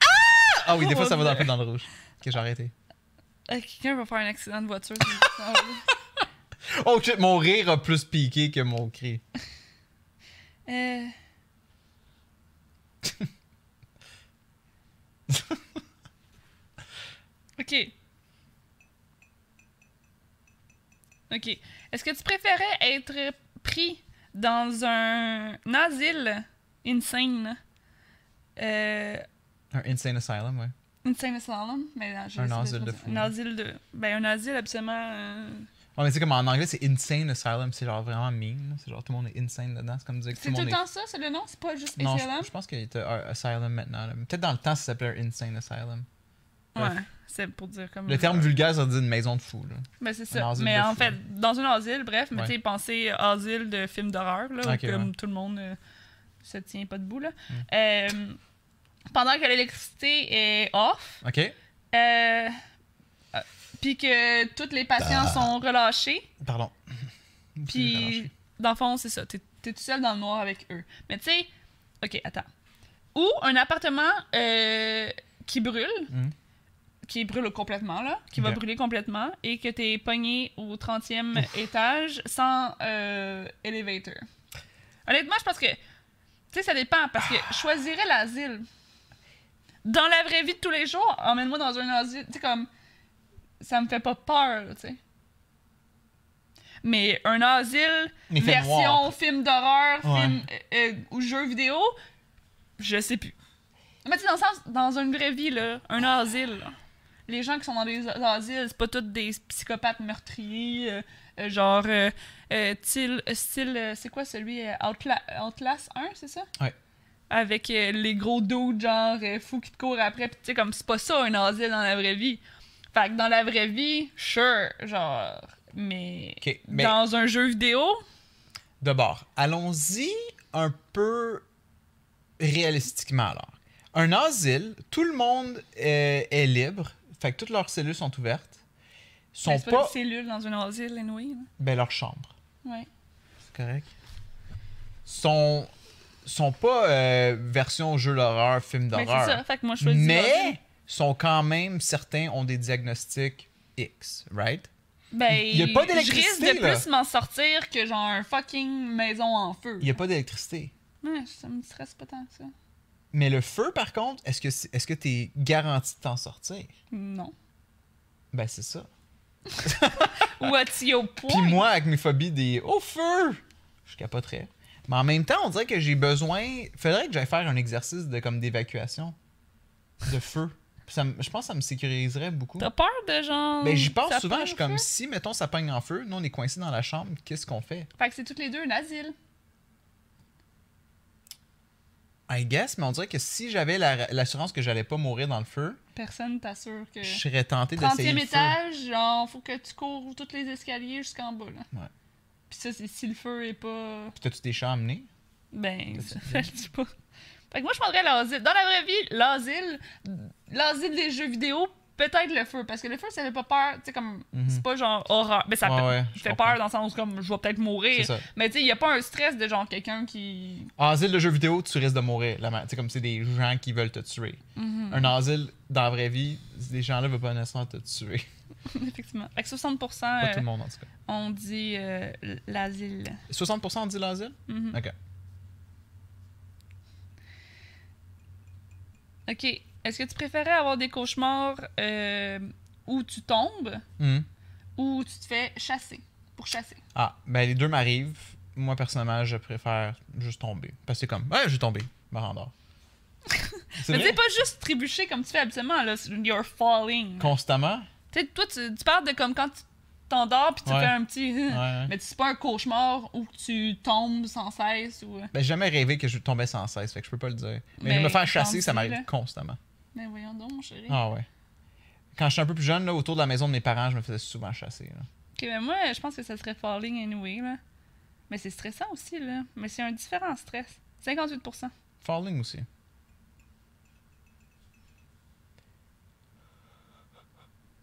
Speaker 1: Ah! Ah oui,
Speaker 2: Oh
Speaker 1: des fois ça va dans, le- dans le rouge. Ok, j'ai arrêté.
Speaker 2: Euh, Quelqu'un va faire un accident de voiture. c'est- Ah oui.
Speaker 1: Oh shit, mon rire a plus piqué que mon cri.
Speaker 2: Euh. ok. Ok. Est-ce que tu préférais être pris dans un asile insane? Euh,
Speaker 1: Un insane asylum, ouais.
Speaker 2: insane asylum? Mais non, je
Speaker 1: Un
Speaker 2: sais pas
Speaker 1: asile
Speaker 2: si
Speaker 1: de
Speaker 2: je
Speaker 1: fous.
Speaker 2: Un asile de... Ben, un asile absolument... euh,
Speaker 1: Ouais, mais tu sais, comme en anglais, c'est insane asylum, c'est genre vraiment mean. là. C'est genre tout le monde est insane dedans. C'est comme dire que tout
Speaker 2: C'est
Speaker 1: le
Speaker 2: tout
Speaker 1: monde
Speaker 2: le
Speaker 1: est
Speaker 2: temps ça, c'est le nom? C'est pas juste
Speaker 1: Non,
Speaker 2: asylum?
Speaker 1: je, je pense qu'il était euh, Asylum maintenant. là. Mais Peut-être dans le temps, ça s'appelait Insane Asylum. bref.
Speaker 2: Ouais, c'est pour dire comme...
Speaker 1: Le terme vulgaire, ça dit une maison de fous. Là.
Speaker 2: Ben, c'est ça.
Speaker 1: Un asile
Speaker 2: Mais
Speaker 1: de
Speaker 2: en
Speaker 1: fous.
Speaker 2: fait, dans un asile, bref, mais
Speaker 1: Ouais.
Speaker 2: tu sais, pensez asile de film d'horreur, là, où
Speaker 1: Ok,
Speaker 2: comme
Speaker 1: ouais. Mm.
Speaker 2: tout le monde euh, se tient pas debout, là. Euh, pendant que l'électricité est off,
Speaker 1: OK.
Speaker 2: euh, euh, puis que tous les patients
Speaker 1: Bah.
Speaker 2: sont relâchés,
Speaker 1: Pardon.
Speaker 2: puis dans le fond, c'est ça. T'es t'es tout seul dans le noir avec eux. Mais tu sais, ok, attends. Ou un appartement euh, qui brûle,
Speaker 1: Mhm.
Speaker 2: qui brûle complètement, là, qui va
Speaker 1: Ok.
Speaker 2: brûler complètement, et que t'es pogné au 30e étage sans euh, elevator. Honnêtement, je pense que. Tu sais, ça dépend, parce que je choisirais l'asile. Dans la vraie vie de tous les jours, emmène-moi dans un asile. Tu sais, comme. Ça me fait pas peur, tu sais. Mais un asile,
Speaker 1: Mais fait
Speaker 2: version
Speaker 1: noir.
Speaker 2: film d'horreur,
Speaker 1: Ouais.
Speaker 2: film euh, euh, ou jeu vidéo, je sais plus. Mais tu sais, dans le sens, dans une vraie vie, là, un asile, là, les gens qui sont dans des a- asiles, c'est pas tous des psychopathes meurtriers, euh, euh, genre, euh, euh, til- euh, style, euh, c'est quoi celui, euh, Outla- Outlast 1, c'est ça?
Speaker 1: Ouais.
Speaker 2: Avec euh, les gros dos, genre, euh, fous qui te courent après, pis tu sais, comme, c'est pas ça un asile dans la vraie vie. Fait que dans la vraie vie, sure, genre, mais,
Speaker 1: OK, mais-
Speaker 2: dans un jeu vidéo,
Speaker 1: D'abord, allons-y un peu réalistiquement alors. Un asile, tout le monde euh, est libre, fait que toutes leurs cellules sont ouvertes,
Speaker 2: ben,
Speaker 1: sont
Speaker 2: c'est pas
Speaker 1: pas,
Speaker 2: des cellules dans un asile, anyway, là.
Speaker 1: ben leur chambre,
Speaker 2: Ouais.
Speaker 1: c'est correct. Sont sont pas euh, version jeu d'horreur, film
Speaker 2: Mais Ben, c'est ça,
Speaker 1: d'horreur,
Speaker 2: fait que moi, je choisis l'asile.
Speaker 1: mais sont quand même certains ont des diagnostics X, right?
Speaker 2: Ben,
Speaker 1: Y a pas d'électricité,
Speaker 2: Je risque de
Speaker 1: là.
Speaker 2: plus m'en sortir que genre un fucking maison en feu.
Speaker 1: Il y a pas d'électricité.
Speaker 2: Ouais, ça me stresse pas tant que ça.
Speaker 1: Mais le feu, par contre, est-ce que c'est- est-ce que t'es garanti de t'en sortir?
Speaker 2: Non.
Speaker 1: Ben c'est ça.
Speaker 2: Ou as-tu au point?
Speaker 1: Ah. Puis moi, avec mes phobies des au feu, je capoterais. Mais en même temps, on dirait que j'ai besoin. Faudrait que j'aille faire un exercice de comme d'évacuation de feu. Puis ça me- je pense que ça me sécuriserait beaucoup.
Speaker 2: T'as peur de genre.
Speaker 1: Mais Ben, j'y pense
Speaker 2: ça
Speaker 1: souvent,
Speaker 2: pogne
Speaker 1: je suis
Speaker 2: au feu?
Speaker 1: comme si, mettons, ça pogne en feu, nous on est coincés dans la chambre, qu'est-ce qu'on fait?
Speaker 2: Fait que c'est toutes les deux un asile.
Speaker 1: I guess, mais on dirait que si j'avais la- l'assurance que j'allais pas mourir dans le feu,
Speaker 2: Personne t'assure que.
Speaker 1: je serais tenté d'essayer
Speaker 2: 30e
Speaker 1: le feu.
Speaker 2: étage, genre, faut que tu cours tous les escaliers jusqu'en bas, là.
Speaker 1: Ouais.
Speaker 2: Puis ça, c'est si le feu est pas.
Speaker 1: Puis t'as-tu des chats à amener?
Speaker 2: Ben,
Speaker 1: Qu'est-ce
Speaker 2: ça,
Speaker 1: que tu
Speaker 2: ça le dit pas. Fait que moi, je prendrais l'asile. Dans la vraie vie, l'asile, l'asile des jeux vidéo, peut-être le feu. Parce que le feu, ça fait pas peur. Tu sais, comme,
Speaker 1: Mhm.
Speaker 2: c'est pas genre horreur. Mais ça
Speaker 1: Ouais,
Speaker 2: peut-
Speaker 1: ouais, je
Speaker 2: fait
Speaker 1: comprends.
Speaker 2: peur dans le sens comme, je vais peut-être
Speaker 1: C'est
Speaker 2: mourir.
Speaker 1: ça.
Speaker 2: Mais tu sais, il y a pas un stress de genre quelqu'un qui.
Speaker 1: En asile de jeu vidéo, tu risques de mourir. là-bas. Tu sais, comme c'est des gens qui veulent te tuer.
Speaker 2: Mm.
Speaker 1: Un asile, dans la vraie vie, ces gens-là veulent pas nécessairement te tuer.
Speaker 2: Effectivement. Fait que 60%,
Speaker 1: Pas
Speaker 2: euh,
Speaker 1: tout le monde, en tout cas.
Speaker 2: on dit euh, l'asile.
Speaker 1: 60% ont dit l'asile?
Speaker 2: Mhm.
Speaker 1: OK.
Speaker 2: OK. Est-ce que tu préférais avoir des cauchemars euh, où tu tombes
Speaker 1: Mhm.
Speaker 2: ou tu te fais chasser? Pour chasser.
Speaker 1: Ah, ben les deux m'arrivent. Moi, personnellement, je préfère juste tomber. Parce que c'est comme, ouais, je suis tombé, je me rendors. C'est
Speaker 2: Mais
Speaker 1: vrai?
Speaker 2: c'est pas juste trébucher comme tu fais habituellement, là. c'est- You're falling.
Speaker 1: Constamment?
Speaker 2: Tu sais, toi, tu, tu parles de comme quand tu t'endors puis tu
Speaker 1: Ouais.
Speaker 2: fais un petit.
Speaker 1: Ouais, ouais.
Speaker 2: Mais c'est pas un cauchemar où tu tombes sans cesse ou. euh,
Speaker 1: Ben, j'ai jamais rêvé que je tombais sans cesse, fait que je peux pas le dire. Mais,
Speaker 2: Mais
Speaker 1: me faire
Speaker 2: quand
Speaker 1: chasser,
Speaker 2: tu
Speaker 1: ça
Speaker 2: Ben, dis,
Speaker 1: m'arrive
Speaker 2: là.
Speaker 1: constamment.
Speaker 2: Mais voyons donc, mon chéri.
Speaker 1: Ah ouais. Quand j'étais un peu plus jeune, là, autour de la maison de mes parents, je me faisais souvent chasser. là.
Speaker 2: Ok, mais moi, je pense que ça serait falling anyway, là. Mais c'est stressant aussi, là. Mais c'est un différent stress. 58%.
Speaker 1: Falling aussi.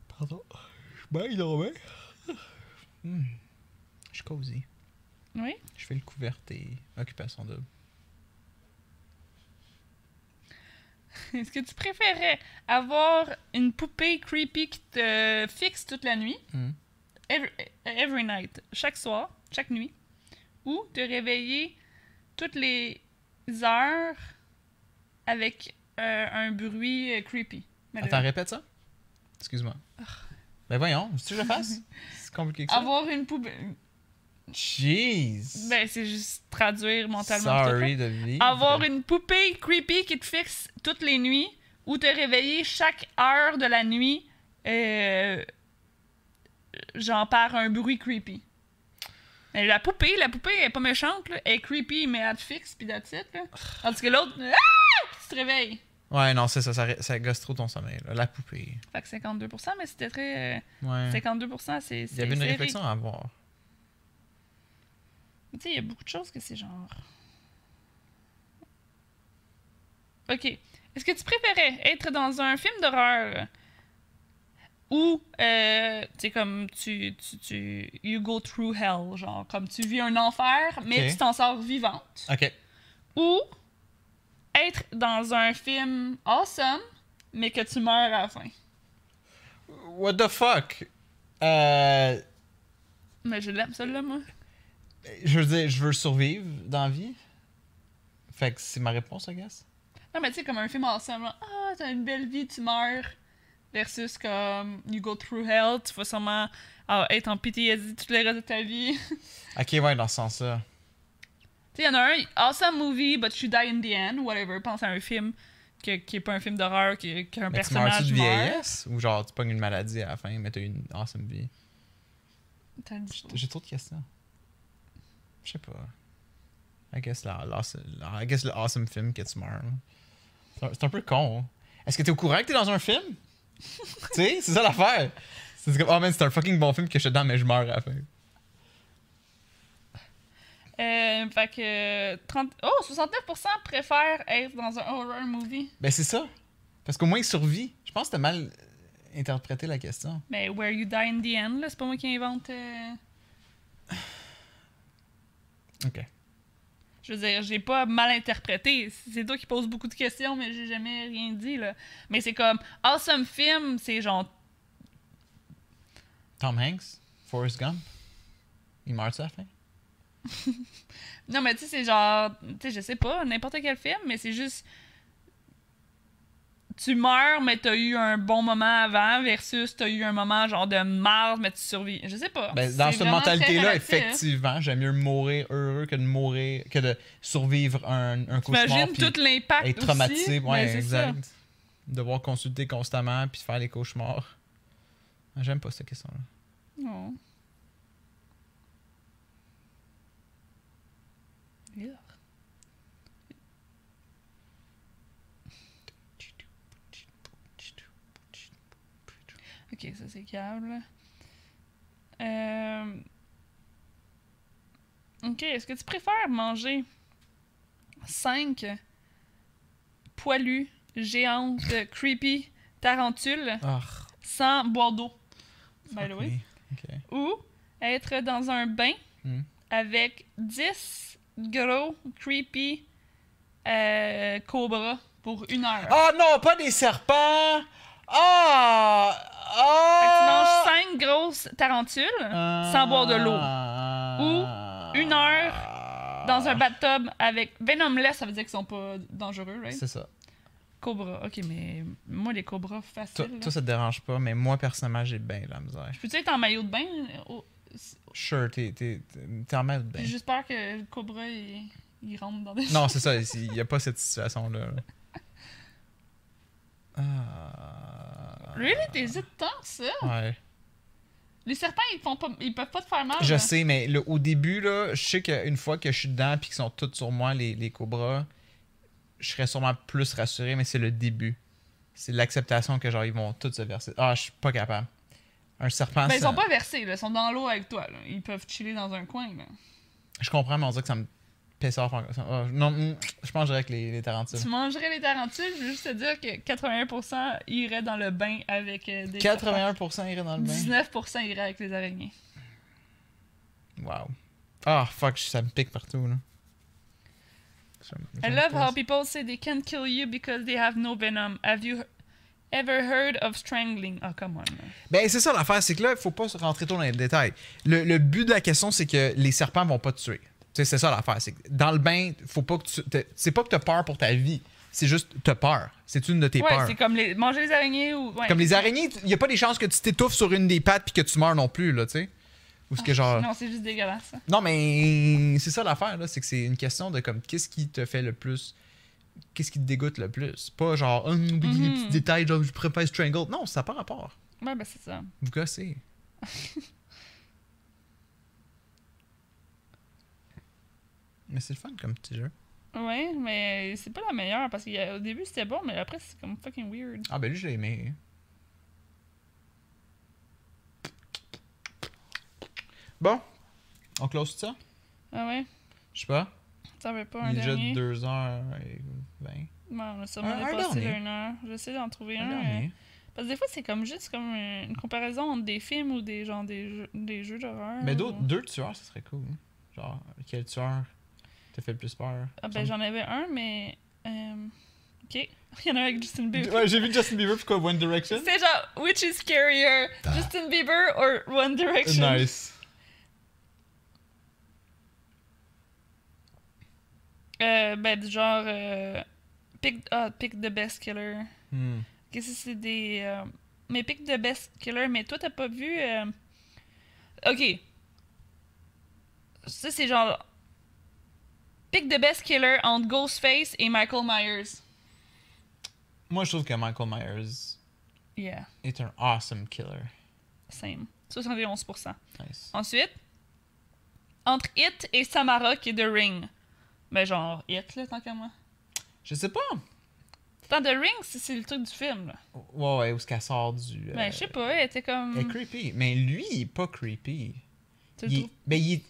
Speaker 1: Pardon. Je baille dans la main. Hmm. Je suis cosy.
Speaker 2: Oui.
Speaker 1: Je fais le couvert et occupation double.
Speaker 2: Est-ce que tu préférais avoir une poupée creepy qui te fixe toute la nuit,
Speaker 1: Mm.
Speaker 2: every, every night, chaque soir, chaque nuit, ou te réveiller toutes les heures avec euh, un bruit euh, creepy? Mais le- Ah.
Speaker 1: Attends, répète ça. Excuse-moi. Ben voyons, tu que je le fasse? C'est compliqué que ça.
Speaker 2: avoir une poupée.
Speaker 1: Jeez!
Speaker 2: Ben, c'est juste traduire mentalement. tout ça.
Speaker 1: Sorry de vivre.
Speaker 2: Avoir une poupée creepy qui te fixe toutes les nuits ou te réveiller chaque heure de la nuit, euh, j'en par un bruit creepy. Mais La poupée, la poupée elle est pas méchante, là. elle est creepy, mais elle te fixe, puis that's it. Là. Tandis que l'autre, Ah! tu te réveilles.
Speaker 1: Ouais, non, c'est ça, ça, ré- ça gosse trop ton sommeil. là. La poupée.
Speaker 2: Fait que 52%, mais c'était très. euh,
Speaker 1: Ouais.
Speaker 2: 52%, c'est.
Speaker 1: Hum. Il y avait une
Speaker 2: c'est- c'est-
Speaker 1: réflexion à avoir.
Speaker 2: Tu sais, il y a beaucoup de choses que c'est genre. OK. Est-ce que tu préférais être dans un film d'horreur euh, ou, euh, tu sais, comme tu, tu, tu- You go through hell, genre, comme tu vis un enfer, mais
Speaker 1: Ok.
Speaker 2: tu t'en sors vivante.
Speaker 1: Ok.
Speaker 2: Ou être dans un film awesome, mais que tu meurs à la fin.
Speaker 1: What the fuck? Euh,
Speaker 2: Mais je l'aime, celle-là, moi.
Speaker 1: je veux dire, je veux survivre dans la vie. Fait que c'est ma réponse, I guess.
Speaker 2: Non, mais tu sais, comme un film awesome, là. Ah, t'as une belle vie, tu meurs. Versus comme You go through hell, tu vas sûrement ah, être en PTSD tout le reste de ta vie.
Speaker 1: Ok, ouais, dans ce sens-là.
Speaker 2: Tu sais, il y en a un, Awesome Movie, but you die in the end, whatever. Pense à un film que- qui est pas un film d'horreur, qui- qu'un
Speaker 1: Mais tu meurs-tu
Speaker 2: personnage
Speaker 1: de
Speaker 2: meurt.
Speaker 1: vieillesse ou genre tu pognes une maladie à la fin, mais t'as eu une awesome vie?
Speaker 2: T'as dit-
Speaker 1: J'ai trop de questions. Je sais pas. I guess, la, l'awesome- la- I guess le awesome film que tu meurs. là. C'est un- C'est un peu con. hein. Est-ce que t'es au courant que t'es dans un film? tu sais, c'est ça l'affaire. C'est comme, oh man, c'est un fucking bon film que je suis dedans, mais je meurs à la fin.
Speaker 2: Euh, fait que. 30... Oh, 69% préfèrent être dans un horror movie.
Speaker 1: Ben c'est ça. Parce qu'au moins il survit. Je pense que t'as mal interprété la question.
Speaker 2: Mais Where You Die in the End, là, c'est pas moi qui invente. euh,
Speaker 1: Ok.
Speaker 2: Je veux dire, j'ai pas mal interprété. C'est toi qui poses beaucoup de questions, mais j'ai jamais rien dit, là. Mais c'est comme, awesome film, c'est genre,
Speaker 1: Tom Hanks, Forrest Gump, il meurt à la fin.
Speaker 2: non, mais tu sais, c'est genre, tu sais, je sais pas, n'importe quel film, mais c'est juste, tu meurs, mais t'as eu un bon moment avant, versus t'as eu un moment genre de marre, mais tu survis. Je sais pas.
Speaker 1: Ben,
Speaker 2: C'est
Speaker 1: dans cette
Speaker 2: vraiment très
Speaker 1: mentalité-là,
Speaker 2: relatif.
Speaker 1: effectivement, j'aime mieux mourir heureux que de mourir, que de survivre un, un cauchemar
Speaker 2: T'imagines
Speaker 1: puis
Speaker 2: tout l'impact
Speaker 1: être
Speaker 2: aussi.
Speaker 1: traumatisé.
Speaker 2: Ben,
Speaker 1: Ouais,
Speaker 2: c'est
Speaker 1: exact. Devoir consulter constamment puis faire les cauchemars. Ah, J'aime pas cette question-là.
Speaker 2: ça. Oh. Yeah. Ok, ça c'est câble. là. Euh... Ok, est-ce que tu préfères manger 5 poilus, géantes, creepy, tarentules
Speaker 1: Ah,
Speaker 2: sans boire d'eau? By
Speaker 1: fuck
Speaker 2: the
Speaker 1: me.
Speaker 2: way.
Speaker 1: Ok.
Speaker 2: Ou être dans un bain
Speaker 1: Hmm.
Speaker 2: avec 10 gros, creepy euh, cobras pour une heure.
Speaker 1: Ah non, pas des serpents! Ah!
Speaker 2: Fait que tu
Speaker 1: Ah!
Speaker 2: manges 5 grosses tarentules
Speaker 1: Ah.
Speaker 2: sans boire de l'eau.
Speaker 1: Ou
Speaker 2: une heure
Speaker 1: Ah.
Speaker 2: Dans un bathtub avec venomless, ça veut dire qu'ils sont pas dangereux, right?
Speaker 1: C'est ça.
Speaker 2: Cobra. Ok, mais moi, les cobras,
Speaker 1: Toi,
Speaker 2: facile.
Speaker 1: toi,
Speaker 2: là.
Speaker 1: ça te dérange pas, mais moi, personnellement, j'ai bien de la misère.
Speaker 2: Je peux-tu être en maillot de bain? Oh,
Speaker 1: Sure, t'es, t'es, t'es- t'es en mal de bain.
Speaker 2: J'ai juste peur que le cobra, il, il rentre dans des...
Speaker 1: Ben. Non, c'est ça, il n'y a pas cette situation-là. là. Ah.
Speaker 2: Really? T'hésites tant que ça?
Speaker 1: Ouais.
Speaker 2: Les serpents, ils, font pas... ils peuvent pas te faire mal.
Speaker 1: Je
Speaker 2: là.
Speaker 1: sais, mais le, au début, là, je sais qu'une fois que je suis dedans puis qu'ils sont tous sur moi, les, les cobras, je serais sûrement plus rassuré, mais c'est le début. C'est l'acceptation que, genre, ils vont tous se verser. Ah, je suis pas capable. Un serpent,
Speaker 2: Ben, ils
Speaker 1: Ah, ça-
Speaker 2: sont pas versés, là. Ils sont dans l'eau avec toi, là. Ils peuvent chiller dans un coin, là.
Speaker 1: Je comprends, mais on dirait que ça me pisse off encore. Ça- ah, non, mm, je pense que j'irais avec les, les tarentules.
Speaker 2: Tu mangerais les tarentules, je veux juste te dire que 81% iraient dans le bain avec euh, des... serpents.
Speaker 1: 81% irait dans le bain.
Speaker 2: 19% iraient avec les araignées.
Speaker 1: Wow. Ah, fuck, ça me pique partout, là. Ça me- ça
Speaker 2: I
Speaker 1: me
Speaker 2: love
Speaker 1: pisse.
Speaker 2: how people say they can't kill you because they have no venom. Have you ever heard of strangling? Oh, come on. là.
Speaker 1: Ben, c'est ça l'affaire, c'est que là, il faut pas se rentrer trop dans les détails. Le, le but de la question, c'est que les serpents vont pas te tuer. Tu sais, c'est ça l'affaire. C'est que dans le bain, faut pas que tu. t'es- C'est pas que t'as peur pour ta vie, c'est juste t'as peur. C'est une de tes
Speaker 2: Ouais,
Speaker 1: peurs.
Speaker 2: c'est comme les... manger les araignées ou... ouais.
Speaker 1: Comme les araignées, il y a pas des chances que tu t'étouffes sur une des pattes puis que tu meurs non plus, là, tu sais. Ou ce que genre.
Speaker 2: Non, c'est juste dégueulasse. ça.
Speaker 1: Non, mais c'est ça l'affaire, là. C'est que c'est une question de comme, qu'est-ce qui te fait le plus. Qu'est-ce qui te dégoûte le plus? Pas genre, un oublie les
Speaker 2: Mhm.
Speaker 1: petits détails, genre, je préfère Strangle. Non, ça n'a pas rapport.
Speaker 2: Ouais, ben c'est ça.
Speaker 1: Vous gossez. mais c'est le fun comme petit jeu.
Speaker 2: Ouais, mais c'est pas la meilleure parce qu'au début c'était bon, mais après c'est comme fucking weird.
Speaker 1: Ah, ben lui, je l'ai aimé. Bon. On close tout ça?
Speaker 2: Ah ouais?
Speaker 1: Je sais pas.
Speaker 2: Ça veut pas un
Speaker 1: Il est déjà
Speaker 2: dernier?
Speaker 1: 2h20.
Speaker 2: Ouais, on a sûrement
Speaker 1: Un- un
Speaker 2: dépassé
Speaker 1: dernier.
Speaker 2: une heure. J'essaie d'en trouver
Speaker 1: Un
Speaker 2: un. euh,
Speaker 1: dernier.
Speaker 2: Parce que des fois, c'est comme juste comme une une comparaison entre des films ou des, genre, des, jeux, des jeux d'horreur.
Speaker 1: Mais
Speaker 2: ou-
Speaker 1: d'autres, deux tueurs, ce serait cool. hein. Genre, quel tueur te fait le plus peur?
Speaker 2: Ah, ben, j'en avais un, mais. euh, Ok. Il y en a un avec Justin Bieber.
Speaker 1: Ouais, j'ai vu Justin Bieber, pourquoi One Direction?
Speaker 2: C'est genre, which is scarier, Justin Bieber or One Direction?
Speaker 1: Nice.
Speaker 2: Euh, ben, du genre, euh, pick, ah, pick the best killer.
Speaker 1: Hmm.
Speaker 2: Ok, ça, c'est des. euh, mais pick the best killer, mais toi, t'as pas vu. euh, Ok. Ça, c'est genre. Pick the best killer entre Ghostface et Michael Myers.
Speaker 1: Moi, je trouve que Michael Myers
Speaker 2: Yeah,
Speaker 1: est un awesome killer.
Speaker 2: same. 71%.
Speaker 1: Nice.
Speaker 2: Ensuite, entre It et Samara qui est The Ring. Ben, genre, It, là, tant qu'à moi.
Speaker 1: Je sais pas.
Speaker 2: Dans The Ring, c'est c'est le truc du film, là.
Speaker 1: Ouais, ouais, où ce qu'elle sort du. euh,
Speaker 2: Ben, je sais pas, elle était
Speaker 1: Elle est
Speaker 2: comme.
Speaker 1: creepy. Mais lui, il est pas creepy.
Speaker 2: Tu le
Speaker 1: Il,
Speaker 2: trouves-
Speaker 1: ben, il,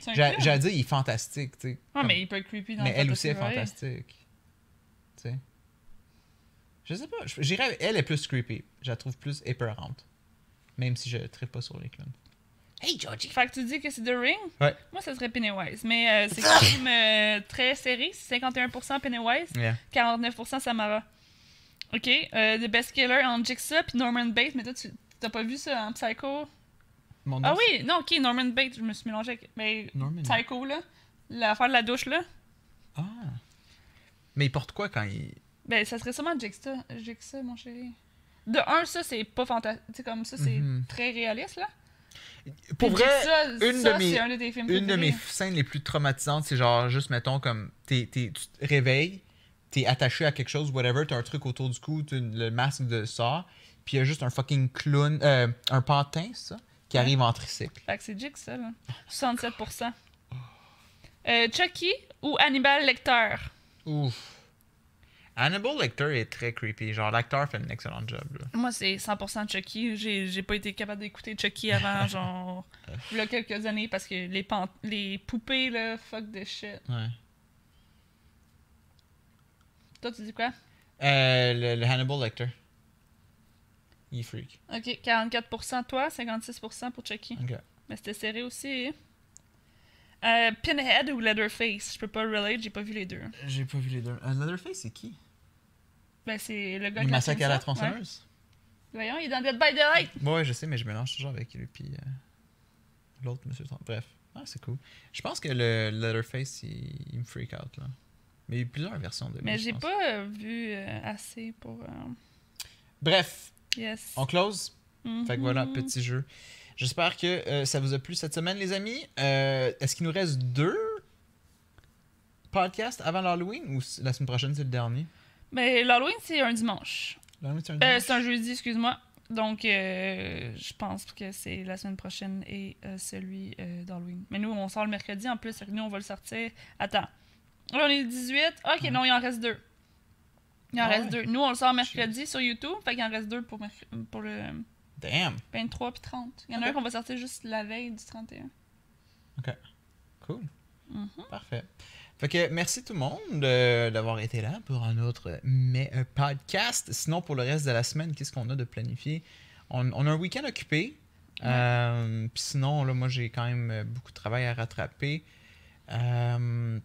Speaker 2: c'est un
Speaker 1: j'a-
Speaker 2: clown.
Speaker 1: j'allais dire, il est fantastique, tu sais.
Speaker 2: Ouais,
Speaker 1: Comme-
Speaker 2: mais il peut être creepy dans
Speaker 1: mais
Speaker 2: le
Speaker 1: elle aussi est
Speaker 2: Fantasy Royale.
Speaker 1: fantastique. Tu sais. Je sais pas. je- J'irais. Elle est plus creepy. Je la trouve plus épeurante. Même si je tripe pas sur les clowns. Hey, Georgie!
Speaker 2: Fait que tu dis que c'est The Ring?
Speaker 1: Ouais.
Speaker 2: Moi, ça serait Pennywise. Mais euh, c'est quand même euh, très serré. C'est 51% Pennywise, 49% Samara. Ok, euh, The Best Killer en Jigsaw puis Norman Bates. Mais toi, tu t'as pas vu ça en Psycho?
Speaker 1: Mon
Speaker 2: Ah
Speaker 1: dos-
Speaker 2: oui, non, ok, Norman Bates. Je me suis mélangée avec. Mais
Speaker 1: Norman.
Speaker 2: Psycho, là. L'affaire de la douche, là.
Speaker 1: Ah. Mais il porte quoi quand il.
Speaker 2: Ben, ça serait sûrement Jigsaw, Jigsaw mon chéri. De un, ça, c'est pas fantastique. Tu sais, comme ça, c'est
Speaker 1: Mhm.
Speaker 2: très réaliste, là.
Speaker 1: Pour
Speaker 2: Puis
Speaker 1: vrai,
Speaker 2: Jigsaw,
Speaker 1: une
Speaker 2: ça,
Speaker 1: de mes-
Speaker 2: c'est un de tes films
Speaker 1: une de mes
Speaker 2: préférés.
Speaker 1: scènes les plus traumatisantes, c'est genre, juste mettons, comme. t'es- t'es- tu te réveilles, t'es attaché à quelque chose, whatever, t'as un truc autour du cou, t'as une- le masque de ça, puis il y a juste un fucking clown. euh, un pantin, c'est ça, qui
Speaker 2: Ouais.
Speaker 1: arrive en tricycle.
Speaker 2: Fait que c'est Jigsaw, là. 67%. Euh, Chucky ou Hannibal Lecter?
Speaker 1: Ouf. Hannibal Lecter est très creepy. Genre, l'acteur fait un excellent job. Là.
Speaker 2: Moi, c'est 100% Chucky. J'ai j'ai pas été capable d'écouter Chucky avant, genre, il y a quelques années, parce que les, pan- les poupées, là, fuck de shit.
Speaker 1: Ouais.
Speaker 2: Toi, tu dis quoi?
Speaker 1: Euh, le, le Hannibal Lecter. Il est freak.
Speaker 2: Ok, 44% toi, 56% pour Chucky.
Speaker 1: Ok.
Speaker 2: Mais c'était serré aussi. hein? Euh, Pinhead ou Leatherface? Je peux pas relate, j'ai pas vu les deux.
Speaker 1: J'ai pas vu les deux. Euh, Leatherface, c'est qui
Speaker 2: Ben, c'est le gars
Speaker 1: Il
Speaker 2: qui a
Speaker 1: massacre
Speaker 2: filmé
Speaker 1: à la
Speaker 2: ça. Ouais.
Speaker 1: tronçonneuse
Speaker 2: Voyons, il est dans Dead by Daylight.
Speaker 1: ouais. ouais, je sais, mais je mélange toujours avec lui. Puis euh, l'autre, monsieur. Tran- Bref. Ah, c'est cool. Je pense que le Leatherface, il, il me freak out. là. Mais il y a eu plusieurs versions de lui.
Speaker 2: Mais
Speaker 1: je
Speaker 2: j'ai
Speaker 1: pense.
Speaker 2: pas euh, vu euh, assez pour. euh,
Speaker 1: Bref,
Speaker 2: Yes.
Speaker 1: on close. Fait que voilà,
Speaker 2: Mhm.
Speaker 1: petit jeu. J'espère que euh, ça vous a plu cette semaine, les amis. Euh, Est-ce qu'il nous reste deux podcasts avant l'Halloween ou c- la semaine prochaine, c'est le dernier
Speaker 2: Mais Ben, l'Halloween, c'est un dimanche.
Speaker 1: L'Halloween, c'est un
Speaker 2: Euh,
Speaker 1: dimanche?
Speaker 2: c'est un jeudi, excuse-moi. Donc, euh, je pense que c'est la semaine prochaine et euh, celui euh, d'Halloween. Mais nous, on sort le mercredi en plus. fait que Nous, on va le sortir. Attends. Là, on est le 18. Ok,
Speaker 1: Ouais.
Speaker 2: non, il en reste deux. Il en
Speaker 1: Mhm. Ah
Speaker 2: reste
Speaker 1: ouais.
Speaker 2: deux. Nous, on le sort mercredi sur YouTube. Fait qu'il en reste deux pour, merc- pour le
Speaker 1: Damn,
Speaker 2: 23 puis 30. Il y en a
Speaker 1: Ok.
Speaker 2: un qu'on va sortir juste la veille du 31.
Speaker 1: cool.
Speaker 2: Mhm.
Speaker 1: Parfait. Fait que merci tout le monde euh, d'avoir été là pour un autre euh, mais, euh, podcast. Sinon, pour le reste de la semaine, qu'est-ce qu'on a de planifié? On, on a un week-end occupé. Euh, Puis sinon, là, moi, j'ai quand même euh, beaucoup de travail à rattraper. Euh,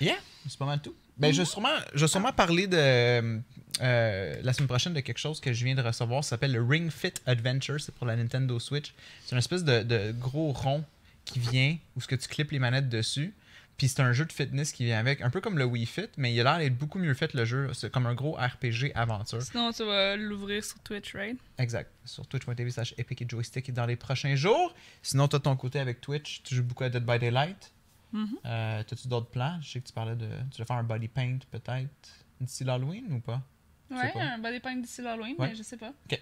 Speaker 1: Yeah, c'est pas mal tout. Ben, je vais sûrement, je vais sûrement parler de, euh, euh, la semaine prochaine de quelque chose que je viens de recevoir. Ça s'appelle le Ring Fit Adventure. C'est pour la Nintendo Switch. C'est une espèce de, de gros rond qui vient où ce que tu clips les manettes dessus. Puis c'est un jeu de fitness qui vient avec, un peu comme le Wii Fit, mais il a l'air d'être beaucoup mieux fait le jeu. C'est comme un gros RPG aventure.
Speaker 2: Sinon, tu vas l'ouvrir sur Twitch, right?
Speaker 1: Exact. Sur twitch.tv slash epic et joystick dans les prochains jours. Sinon, toi, de ton côté avec Twitch, tu joues beaucoup à Dead by Daylight.
Speaker 2: Mhm.
Speaker 1: Euh, T'as-tu d'autres plans? Je sais que tu parlais de. Tu vas faire un body paint peut-être d'ici l'Halloween ou pas? Je sais
Speaker 2: Ouais,
Speaker 1: pas.
Speaker 2: un body paint d'ici l'Halloween,
Speaker 1: Ouais.
Speaker 2: mais je sais pas.
Speaker 1: Ok.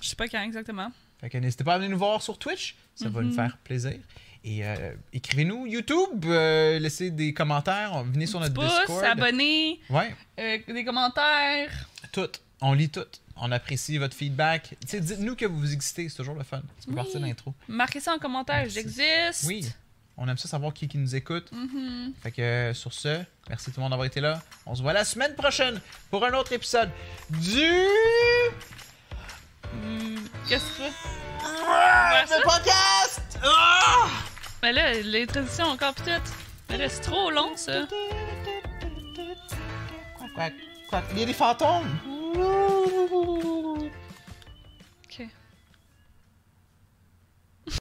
Speaker 2: Je sais pas quand exactement.
Speaker 1: Fait que n'hésitez pas à venir nous voir sur Twitch, ça va nous
Speaker 2: Mhm.
Speaker 1: faire plaisir. Et euh, écrivez-nous YouTube, euh, laissez des commentaires, on- venez sur notre
Speaker 2: Pouce,
Speaker 1: Discord.
Speaker 2: abonnez,
Speaker 1: Ouais,
Speaker 2: euh, des commentaires.
Speaker 1: tout. On lit tout. On apprécie votre feedback. Tu sais, dites-nous que vous existez, c'est toujours le fun. C'est peux
Speaker 2: Oui.
Speaker 1: partir d'intro.
Speaker 2: Marquez ça en commentaire,
Speaker 1: Merci.
Speaker 2: j'existe.
Speaker 1: Oui. On aime ça savoir qui, qui nous écoute.
Speaker 2: Mhm.
Speaker 1: Fait que euh, sur ce, merci tout le monde d'avoir été là. On se voit la semaine prochaine pour un autre épisode du
Speaker 2: Hmm, Qu'est-ce que c'est?
Speaker 1: Le podcast. Ah!
Speaker 2: Mais Ben là, les traditions encore pis tout. Mais là, c'est trop long, ça.
Speaker 1: Quack, quack, quack. Il y a des fantômes.